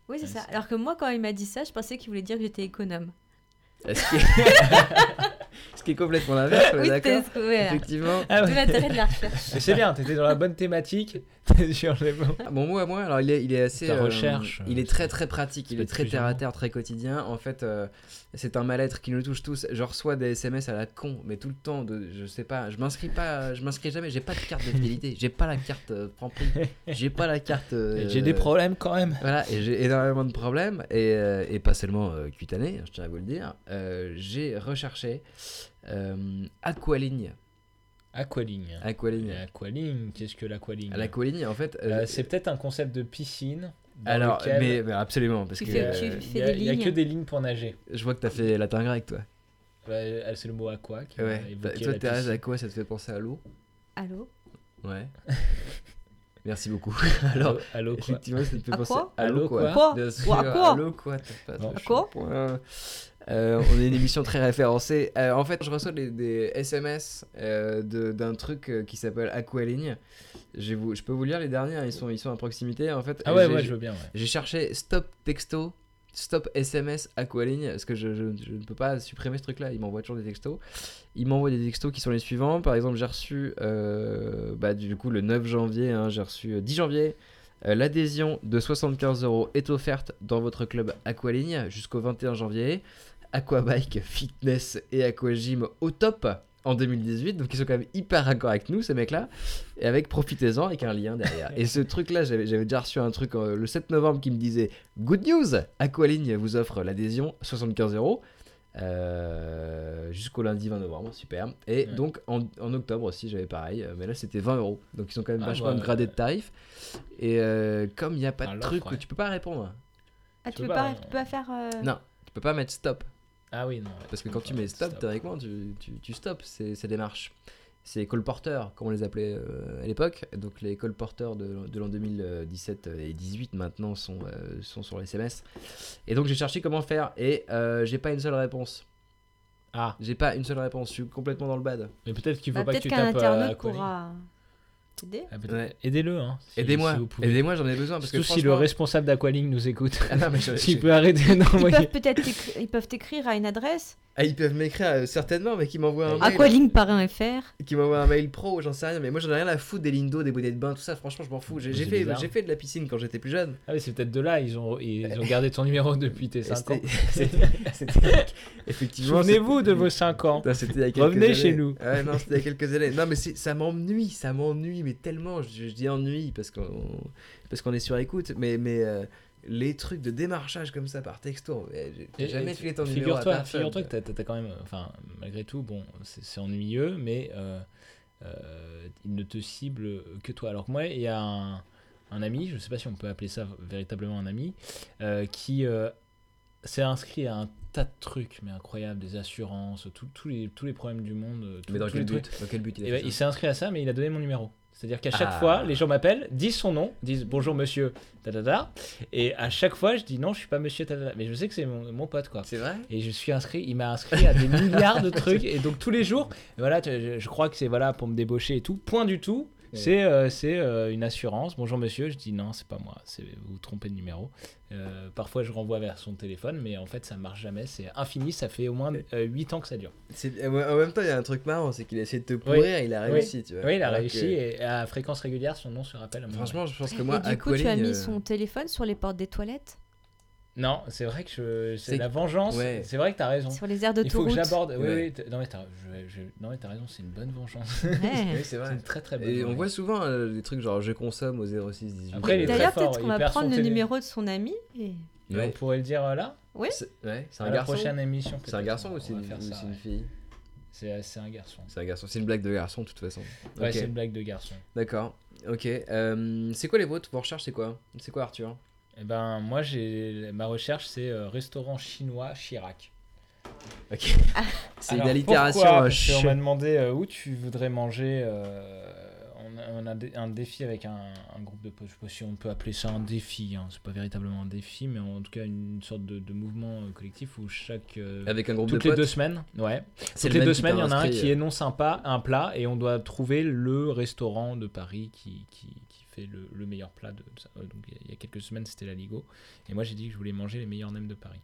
Oui, c'est
Ouais,
ça.
Ah, c'est-
Alors que moi, quand il m'a dit ça, je pensais qu'il voulait dire que j'étais économe.
Ce qui est,
*laughs*
*laughs* ce qui est complètement l'inverse,
bah,
on est
oui,
d'accord
c'était ce que- ouais,
Effectivement.
Ah
Tout
ouais.
l'intérêt de la recherche.
Mais c'est bien, t'étais dans la bonne thématique. *laughs* T'es sur les bons.
Ah, Bon mot à moi, alors il est, il est assez.
Ta recherche,
il
euh,
est très très pratique, il
pas
est très
exclusivement.
terre à terre, très quotidien. En fait, euh, c'est un mal-être qui nous touche tous. Je reçois des SMS à la con, mais tout le temps, de, je sais pas, je m'inscris pas, je m'inscris jamais, j'ai pas de carte de fidélité, j'ai pas la carte euh,
*laughs*
Franprix, j'ai pas la carte. euh,
J'ai des problèmes quand même.
Voilà, et j'ai énormément de problèmes, et, euh, et pas seulement euh, cutanés, je tiens à vous le dire. Euh, j'ai recherché euh, Aqualigne.
Aqualigne.
Aqualigne.
Aqualigne, qu'est-ce que l'aqualigne
À L'Aqualigne, en fait. euh,
Euh, C'est peut-être un concept de piscine. dans
alors,
lequel,
mais, mais absolument, parce
Tu
que
fais-
euh,
tu- fais
y a-
des
Il n'y a
lignes.
que des lignes pour nager.
je vois que t'as fait latin grec, toi.
Bah, euh, c'est le mot aqua qui
Ouais.
a
Toi,
évoqué
toi,
la
Thérèse,
piscine.
à quoi ça te fait penser à l'eau
*laughs* Allô
*laughs*
Ouais. Merci beaucoup. Alors,
Allô- allô, quoi
Effectivement, ça te fait
À
penser
quoi
à l'eau, quoi.
À quoi
Bien sûr,
Quoi À quoi
à l'eau, quoi. T'as pas-
Non,
t'as
je quoi
pas- Euh, euh, on est une émission très référencée. Euh, en fait, je reçois des, des SMS euh, de- d'un truc euh, qui s'appelle Aqualigne. Je, vais vous, je peux vous lire les derniers, hein, ils sont, ils sont à proximité. En fait,
Ah ouais,
j'ai-
ouais, je veux bien. ouais.
j'ai cherché stop texto, stop SMS Aqualigne, parce que je, je- je ne peux pas supprimer ce truc-là, il m'envoie toujours des textos. Il m'envoie des textos qui sont les suivants. Par exemple, j'ai reçu, euh, bah, du coup, le 9 janvier, hein, j'ai reçu euh, 10 janvier. euh, L'adhésion de 75 euros est offerte dans votre club Aqualigne jusqu'au 21 janvier. Aquabike, fitness et aquagym au top en 2018. Donc ils sont quand même hyper raccord avec nous, ces mecs-là. Et avec profitez-en avec un lien derrière. Et ce truc-là, j'avais j'avais déjà reçu un truc euh, le 7 novembre qui me disait Good news Aqualigne vous offre l'adhésion 75 euros. euh, jusqu'au lundi 20 novembre, super. Et
Ouais.
donc en, en octobre aussi, j'avais pareil, euh, mais là c'était 20 euros. Donc ils sont quand même
Ah,
vachement
bah,
gradés de tarifs. Et euh, comme il n'y a pas
Ah,
de
l'offre,
truc où
ouais.
tu peux pas répondre,
Ah,
Je
tu
sais
peux
pas,
pas,
on-
tu peux pas faire. euh,
non, tu peux pas mettre stop.
Ah oui, non. ouais.
Parce que quand tu mets stop, théoriquement, tu, tu, tu stops ces, ces démarches. Ces colporteurs, comme on les appelait euh, à l'époque, donc les colporteurs de, l'an- de l'an 2017 et 18 maintenant sont, euh, sont sur les SMS. Et donc j'ai cherché comment faire et euh, j'ai pas une seule réponse.
Ah,
J'ai pas une seule réponse, je suis complètement dans le bad.
mais peut-être qu'il faut
bah,
pas que
Peut-être
tu
qu'un
tapes euh,
internaute
aqualine.
pourra t'aider.
Ah, peut-être.
Ouais.
Aidez-le, hein. si-
aidez-moi,
si vous pouvez.
aidez-moi, j'en ai besoin parce que
Surtout si le
franchement-
responsable d'Aqualing nous écoute.
*laughs*
*laughs*
Ah non, mais je-
Tu
je- *laughs*
peux arrêter *laughs*
Ils
d'envoyer.
peuvent peut-être t'écri- ils peuvent t'écrire à une adresse.
Ah, ils peuvent m'écrire euh, certainement, mais qu'ils m'envoient un mail.
Aqualigne.fr.
qui m'envoie un mail pro, j'en sais rien, mais moi j'en ai rien à foutre des lignes d'eau, des bonnets de bain, tout ça, franchement je m'en fous. J'ai
Mais
j'ai
c'est
fait,
bizarre.
j'ai fait de la piscine quand j'étais plus jeune.
Ah oui, c'est peut-être de là, ils ont, ils ont gardé ton numéro depuis tes
Et *laughs*
5 ans. *laughs*
c'était- c'était- Effectivement.
Souvenez-vous
c'était-
de vos 5 ans.
Putain, c'était il y a quelques
Revenez
années.
chez nous.
Ouais, non, c'était il y a quelques années. Non, mais c'est- ça m'ennuie, ça m'ennuie, mais tellement. Je, je dis ennui parce qu'on parce qu'on est sur écoute, mais, mais euh, les trucs de démarchage comme ça par texto, euh, j'ai j'ai
Et-
jamais
et
filé ton numéro à
Figure-toi
personne.
figure que t'as t'as quand même, euh, enfin, malgré tout, bon, c'est c'est ennuyeux, mais euh, euh, il ne te cible que toi. Alors que moi, il y a un, un ami, je sais pas si on peut appeler ça véritablement un ami, euh, qui euh, s'est inscrit à un tas de trucs, mais incroyables, des assurances, tout- tous les, tous les problèmes du monde. euh, tout-
Mais dans
tous les
quel
trucs.
but Dans quel but il a
Eh ben,
fait
il
ça
s'est inscrit à ça, mais il a donné mon numéro. C'est-à-dire qu'à chaque
Ah.
fois, les gens m'appellent, disent son nom, disent bonjour monsieur, ta ta ta. Et à chaque fois, je dis non, je suis pas monsieur, ta ta ta. Mais je sais que c'est mon, mon pote, quoi.
C'est vrai
Et je suis inscrit, il m'a inscrit
*laughs*
à des milliards de trucs. Et donc tous les jours, voilà, tu- je, je crois que c'est voilà pour me débaucher et tout. Point du tout.
Ouais.
C'est euh, c'est, euh, une assurance. Bonjour monsieur, je dis non, c'est pas moi, c'est vous vous trompez de numéro. Euh, parfois je renvoie vers son téléphone, mais en fait ça marche jamais, c'est infini, ça fait au moins 8 ans que ça dure.
C'est- eh, En même temps, il y a un truc marrant, c'est qu'il a essayé de te pourrir, il a
Oui.
réussi, tu vois.
Oui, il a
Euh, Alors
réussi
que-
et à fréquence régulière, son nom se rappelle à mon
Franchement, je pense que
Et
moi,
du coup, tu as
Aqualigne,
mis
euh,
son téléphone sur les portes des toilettes,
Non, c'est vrai que je-
C'est-
c'est la vengeance.
Ouais.
C'est vrai que t'as raison.
sur les aires
Il faut que
d'autoroute.
j'aborde. Oui,
Ouais.
oui, t'as- non, mais t'as je- je- non, mais t'as raison, c'est une bonne vengeance.
Ouais.
Oui, c'est
C'est
vrai.
une très très bonne
Et on
vengeance.
voit souvent euh, des trucs genre je consomme au 06 18.
Après, *laughs* il est
D'ailleurs,
très fort,
peut-être qu'on
il
va
perd
prendre
son
le
télé.
numéro de son ami. et-
Et
Ouais.
On pourrait le dire euh, là,
Oui.
C'est ouais, c'est
à
un
la
garçon.
prochaine émission.
C'est un
peut-être.
garçon
On
ou c'est
va
une,
faire
ou
ça,
c'est une
ouais.
fille
C'est euh, c'est un garçon.
C'est un garçon. C'est une blague de garçon de toute façon.
Ouais,
Ok,
c'est une blague de garçon.
D'accord. Ok. euh, c'est quoi les vôtres Vos recherches, c'est quoi C'est quoi Arthur
Et ben, moi, j'ai ma recherche, c'est euh, restaurant chinois Chirac.
C'est
Alors,
une allitération.
pourquoi
euh,
Parce qu'on
ch-
m'a demandé euh, où tu voudrais manger. euh, on a, on a dé- un défi avec un, un groupe de. Je sais pas si on peut appeler ça un défi. hein, C'est pas véritablement un défi, mais en tout cas une sorte de, de mouvement euh, collectif où chaque. euh,
Avec un groupe
toutes
de
les
potes.
deux semaines, ouais.
c'est le
Toutes les
même
deux
qui
semaines, il y en a un
t'inscrit,
qui
euh,
est non sympa, un plat, et on doit trouver le restaurant de Paris qui, qui, qui fait le, le meilleur plat de ça. Euh, Donc il y a- il y a quelques semaines, c'était la Ligo. Et moi, j'ai dit que je voulais manger les meilleurs nems de Paris.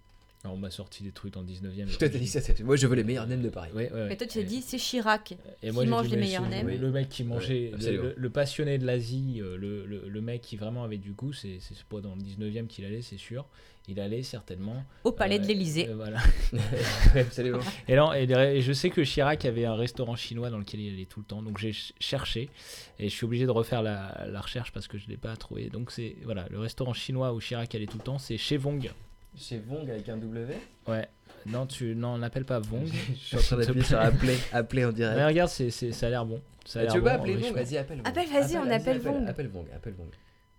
Alors on m'a sorti des trucs dans le 19e.
*laughs* Toi, t'as dit ça, c'est- Moi, je veux les meilleurs nems de Paris.
Ouais, ouais, ouais.
Mais toi, tu as
Et-
dit c'est Chirac.
et
qui
moi, j'ai
mange
dit,
les
mais
meilleurs
c'est-
nems.
Le mec qui mangeait, le-
absolument.
le, le passionné de l'Asie, euh, le, le- le mec qui vraiment avait du goût, c'est c'est pas dans le 19e qu'il allait, c'est sûr. Il allait certainement.
Au palais de
euh,
l'Élysée.
euh, voilà.
Absolument.
*laughs* Et, non, et, les- et je sais que Chirac avait un restaurant chinois dans lequel il allait tout le temps, donc j'ai ch- cherché et je suis obligé de refaire la, la recherche parce que je ne l'ai pas trouvé. Donc c'est voilà, le restaurant chinois où Chirac allait tout le temps, c'est chez Vong.
Chez Vong avec un W
Ouais. Non, tu non, on l'appelle pas *laughs* Vong.
Je suis en train
S'il te
d'appuyer sur
*laughs* plaît.
appeler, appeler en direct.
Mais regarde, c'est, c'est- ça a l'air bon. Ça a
Ah,
l'air
tu veux
bon,
pas appeler
en vrai,
Vong
je
Vas-y, appelle Vong.
Appelle, vas-y, on appelle Vong.
Appelle Vong, appelle Vong.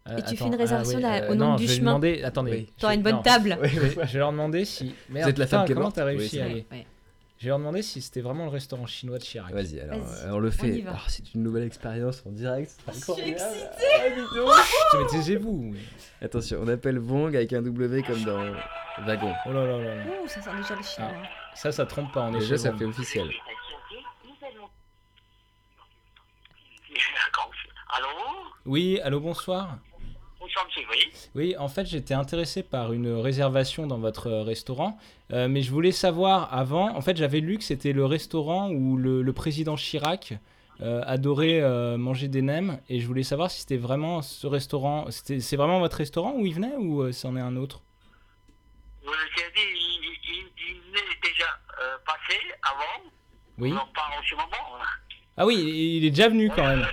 Euh,
Et tu fais une
attends, ah
réservation
oui,
là,
euh,
au
non,
nom du
je vais lui
chemin.
demander- Attendez.
Oui.
T'auras une bonne
Non.
table.
*laughs* Oui,
*laughs* Je
oui.
vais- je vais leur demander si. Merde,
êtes la
putain,
femme qui est
comment
morte
t'as
Oui,
réussi
c'est
à
vrai.
aller
Ouais.
Je vais leur demander si c'était vraiment le restaurant chinois de Chirac.
Vas-y, alors
Vas-y,
euh, on le
on y
fait.
va.
Alors, c'est une nouvelle expérience en direct. c'est incroyable.
Putain, mais taisez-vous.
Attention, on appelle Vong avec un W comme dans wagon.
Oh là là là là.
Ouh, ça sent déjà le chinois.
Ça, ça trompe pas. On est
Déjà,
chez
ça
Vong.
fait officiel.
Allô
Oui, allô, bonsoir.
Où sommes-nous Oui.
Oui, en fait, j'étais intéressé par une réservation dans votre euh, restaurant, euh, mais je voulais savoir avant. En fait, j'avais lu que c'était le restaurant où le, le président Chirac euh, adorait euh, manger des nems, et je voulais savoir si c'était vraiment ce restaurant. c'était- C'est vraiment votre restaurant où il venait ou euh, c'en est un autre
Vous l'avez dit, il, il, il m'est déjà euh, passé avant.
Oui.
On en parle en ce moment. hein. Euh,
Ah oui, il- il est déjà venu quand même.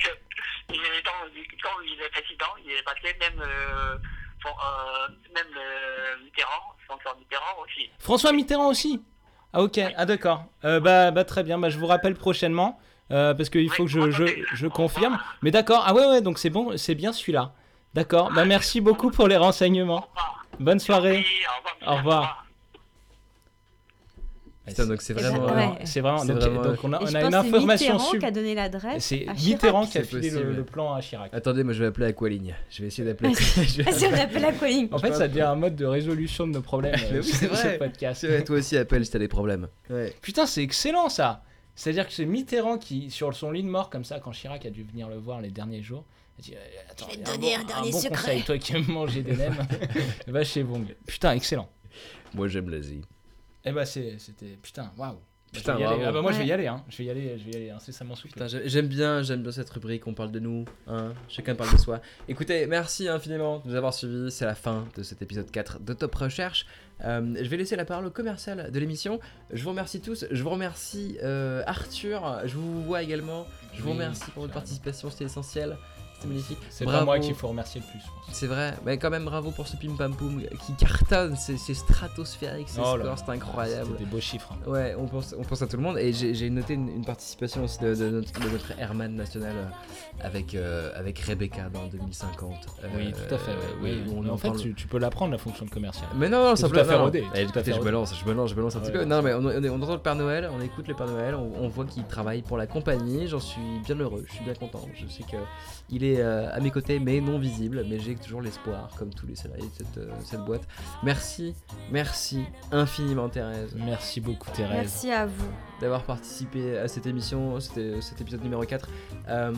Il est dans, quand il est président, il est passé même, euh, pour, euh, même euh, Mitterrand, François Mitterrand aussi.
François Mitterrand aussi Ah ok, ah d'accord. Euh, bah, bah très bien, bah, je vous rappelle prochainement, euh, parce qu'il faut que je, je, je confirme. Mais d'accord, ah ouais ouais, donc c'est bon, c'est bien celui-là. D'accord, bah merci beaucoup pour les renseignements. Bonne soirée.
Oui, au revoir.
Au revoir.
Putain, donc c'est
Eh ben,
vraiment.
ouais.
Non, C'est vraiment,
C'est
donc,
vraiment-
donc Ah. on a,
Et
on
je
a une
pense que c'est
information
Mitterrand
sub.
qui a donné l'adresse.
C'est
à Chirac. *laughs*
Mitterrand qui a
C'est
filé le,
possible. Ah,
le plan à Chirac.
Attendez, moi je vais appeler Aqualigne. Je vais essayer d'appeler.
Ah,
Je vais- *laughs*
Vas-y, on appelle la calling.
En fait, ça devient un mode de résolution de nos problèmes.
Mais
euh,
oui, c'est
ce-
vrai.
ce podcast.
C'est vrai, Toi aussi, appelle si t'as des problèmes. Ouais.
Putain, c'est excellent ça C'est-à-dire que c'est Mitterrand qui, sur son lit de mort, comme ça, quand Chirac a dû venir le voir les derniers jours, a dit euh, Attends,
Je vais
il y
te
a
donner
bon-
un dernier
bon
secret.
conseil, toi qui aimes manger des
*laughs*
nems, va chez Vong. Putain, excellent
Moi j'aime l'Asie.
Eh bah, c'est- c'était. Putain, waouh Bah,
Putain,
Je vais y aller.
bravo.
Ah bah, moi, je vais y
Ouais.
aller, hein Je vais y aller, je vais y aller incessamment sous peu.
Putain, j'ai- j'aime bien, j'aime bien cette rubrique, on parle de nous, hein, chacun parle de soi. Écoutez, merci infiniment de nous avoir suivis, c'est la fin de cet épisode 4 de Top Recherche. Euh, je vais laisser la parole au commercial de l'émission. Je vous remercie tous, je vous remercie euh, Arthur, je vous vois également, je vous
Oui,
remercie pour votre
clairement.
participation, c'était essentiel, c'était magnifique.
C'est
Bravo.
pas moi qu'il faut remercier le plus, je pense.
C'est vrai, mais quand même bravo pour ce pim pam poum qui cartonne, c'est c'est stratosphérique, c'est
Oh là là,
c'est incroyable.
C'était des beaux chiffres. hein.
Ouais, on pense, on pense à tout le monde et j'ai j'ai noté une, une participation aussi de, de notre, de notre Herman national euh, avec, euh, avec Rebecca dans 2050. euh,
Oui, tout à fait.
euh,
ouais, oui.
où on
Mais en fait,
parle-
tu, tu peux l'apprendre la fonction de commercial.
Mais non, non,
C'est tout à
simplement.
fait
non.
rodé,
Eh,
tout à
putain,
fait
je
rodé.
balance, je balance, je balance un petit
Ouais,
peu.
ouais,
Non,
c'est
mais on, on est- on entend le Père Noël, on écoute le Père Noël, on, on voit qu'il travaille pour la compagnie. J'en suis bien heureux, je suis bien content. Je sais que il est euh, à mes côtés, mais non visible. Mais j'ai toujours l'espoir, comme tous les salariés de cette, euh, cette boîte. Merci, merci infiniment, Thérèse
Merci beaucoup, Thérèse.
Merci à vous.
d'avoir participé à cette émission, c'était cet épisode numéro 4. Euh,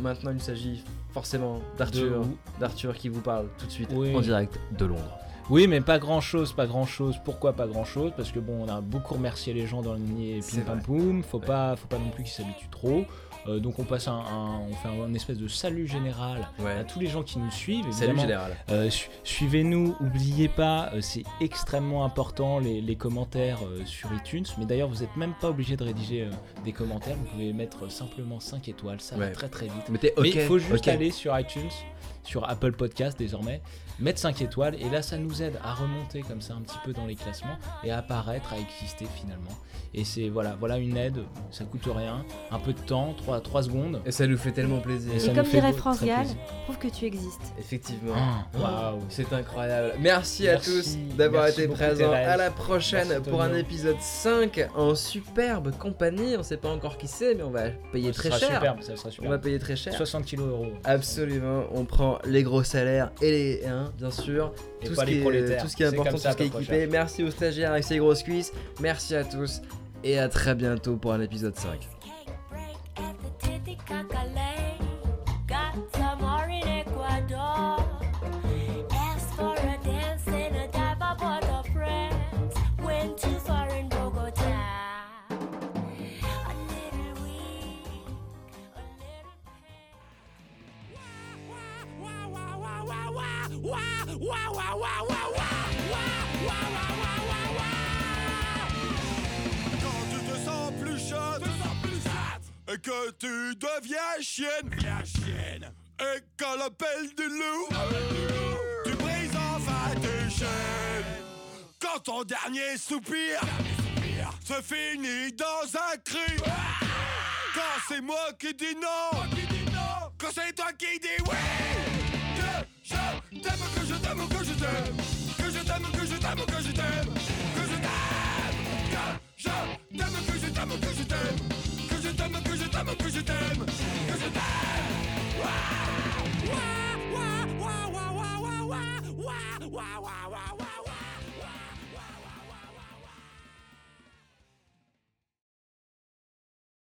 maintenant, il s'agit forcément
De
d'Arthur,
vous.
d'Arthur qui vous parle tout de suite
Oui.
en direct de Londres.
Oui, mais pas grand chose, pas grand chose. Pourquoi pas grand chose Parce que bon, on a beaucoup remercié les gens dans le dernier
C'est
pim pam
vrai.
poum. Faut
Ouais.
pas, faut pas non plus qu'ils s'habituent trop. Euh, donc on passe un, un- on fait un, un espèce de salut général à tous les gens qui nous suivent.
Salut
évidemment.
général.
Euh, su- Suivez-nous, oubliez pas, euh, c'est extrêmement important les, les commentaires euh, sur iTunes. Mais d'ailleurs, vous n'êtes même pas obligé de rédiger euh, des commentaires. Vous pouvez mettre simplement 5 étoiles, ça
Ouais.
va très très vite.
Mais t'es ok.
Mais il faut juste
ok.
aller sur iTunes, sur Apple Podcast désormais, mettre 5 étoiles, et là ça nous aide à remonter comme ça un petit peu dans les classements et à apparaître, à exister finalement. Et c'est voilà, voilà une aide, ça coûte rien, un peu de temps, 3, secondes.
Et ça nous fait tellement plaisir.
Et
Et
ça nous
comme
fait
dirait
beau-
France
très
Gall,
plaisir.
prouve que tu existes.
Effectivement.
Ah, Waouh!
C'est incroyable. Merci, à
Merci.
tous d'avoir
Merci
été
beaucoup,
présents.
Thérèse.
À la prochaine
Merci,
pour un
Tonio.
épisode 5 en superbe compagnie. On sait pas encore qui c'est, mais on va payer
Ça
très
Ah, sera
cher.
superbe, ça sera
On va
superbe.
payer très cher.
60 kilos euros.
Absolument, on prend les gros salaires et les hein, bien sûr,
Et
tout,
pas
ce qui
les
est, euh,
prolétaires.
tout ce qui est
C'est
important,
comme ça,
tout ce qui est
Top
équipé.
Recherche.
Merci aux stagiaires avec ces grosses cuisses, merci à tous et à très bientôt pour un épisode 5.
Cake break at the Titicaca Lake. Got some more in Ecuador. Asked for a dance in a dive bar, port friends. Went too far in Bogota. A little weak, a little pale.
Quand tu te sens plus chatte, et que tu deviens chienne, et qu'à l'appel du loup, tu brises enfin tes chaînes. Quand ton dernier soupir, se finit dans un cri Quand c'est moi qui dis non, Quand c'est toi qui dis oui Que je t'aime, que je t'aime, que je t'aime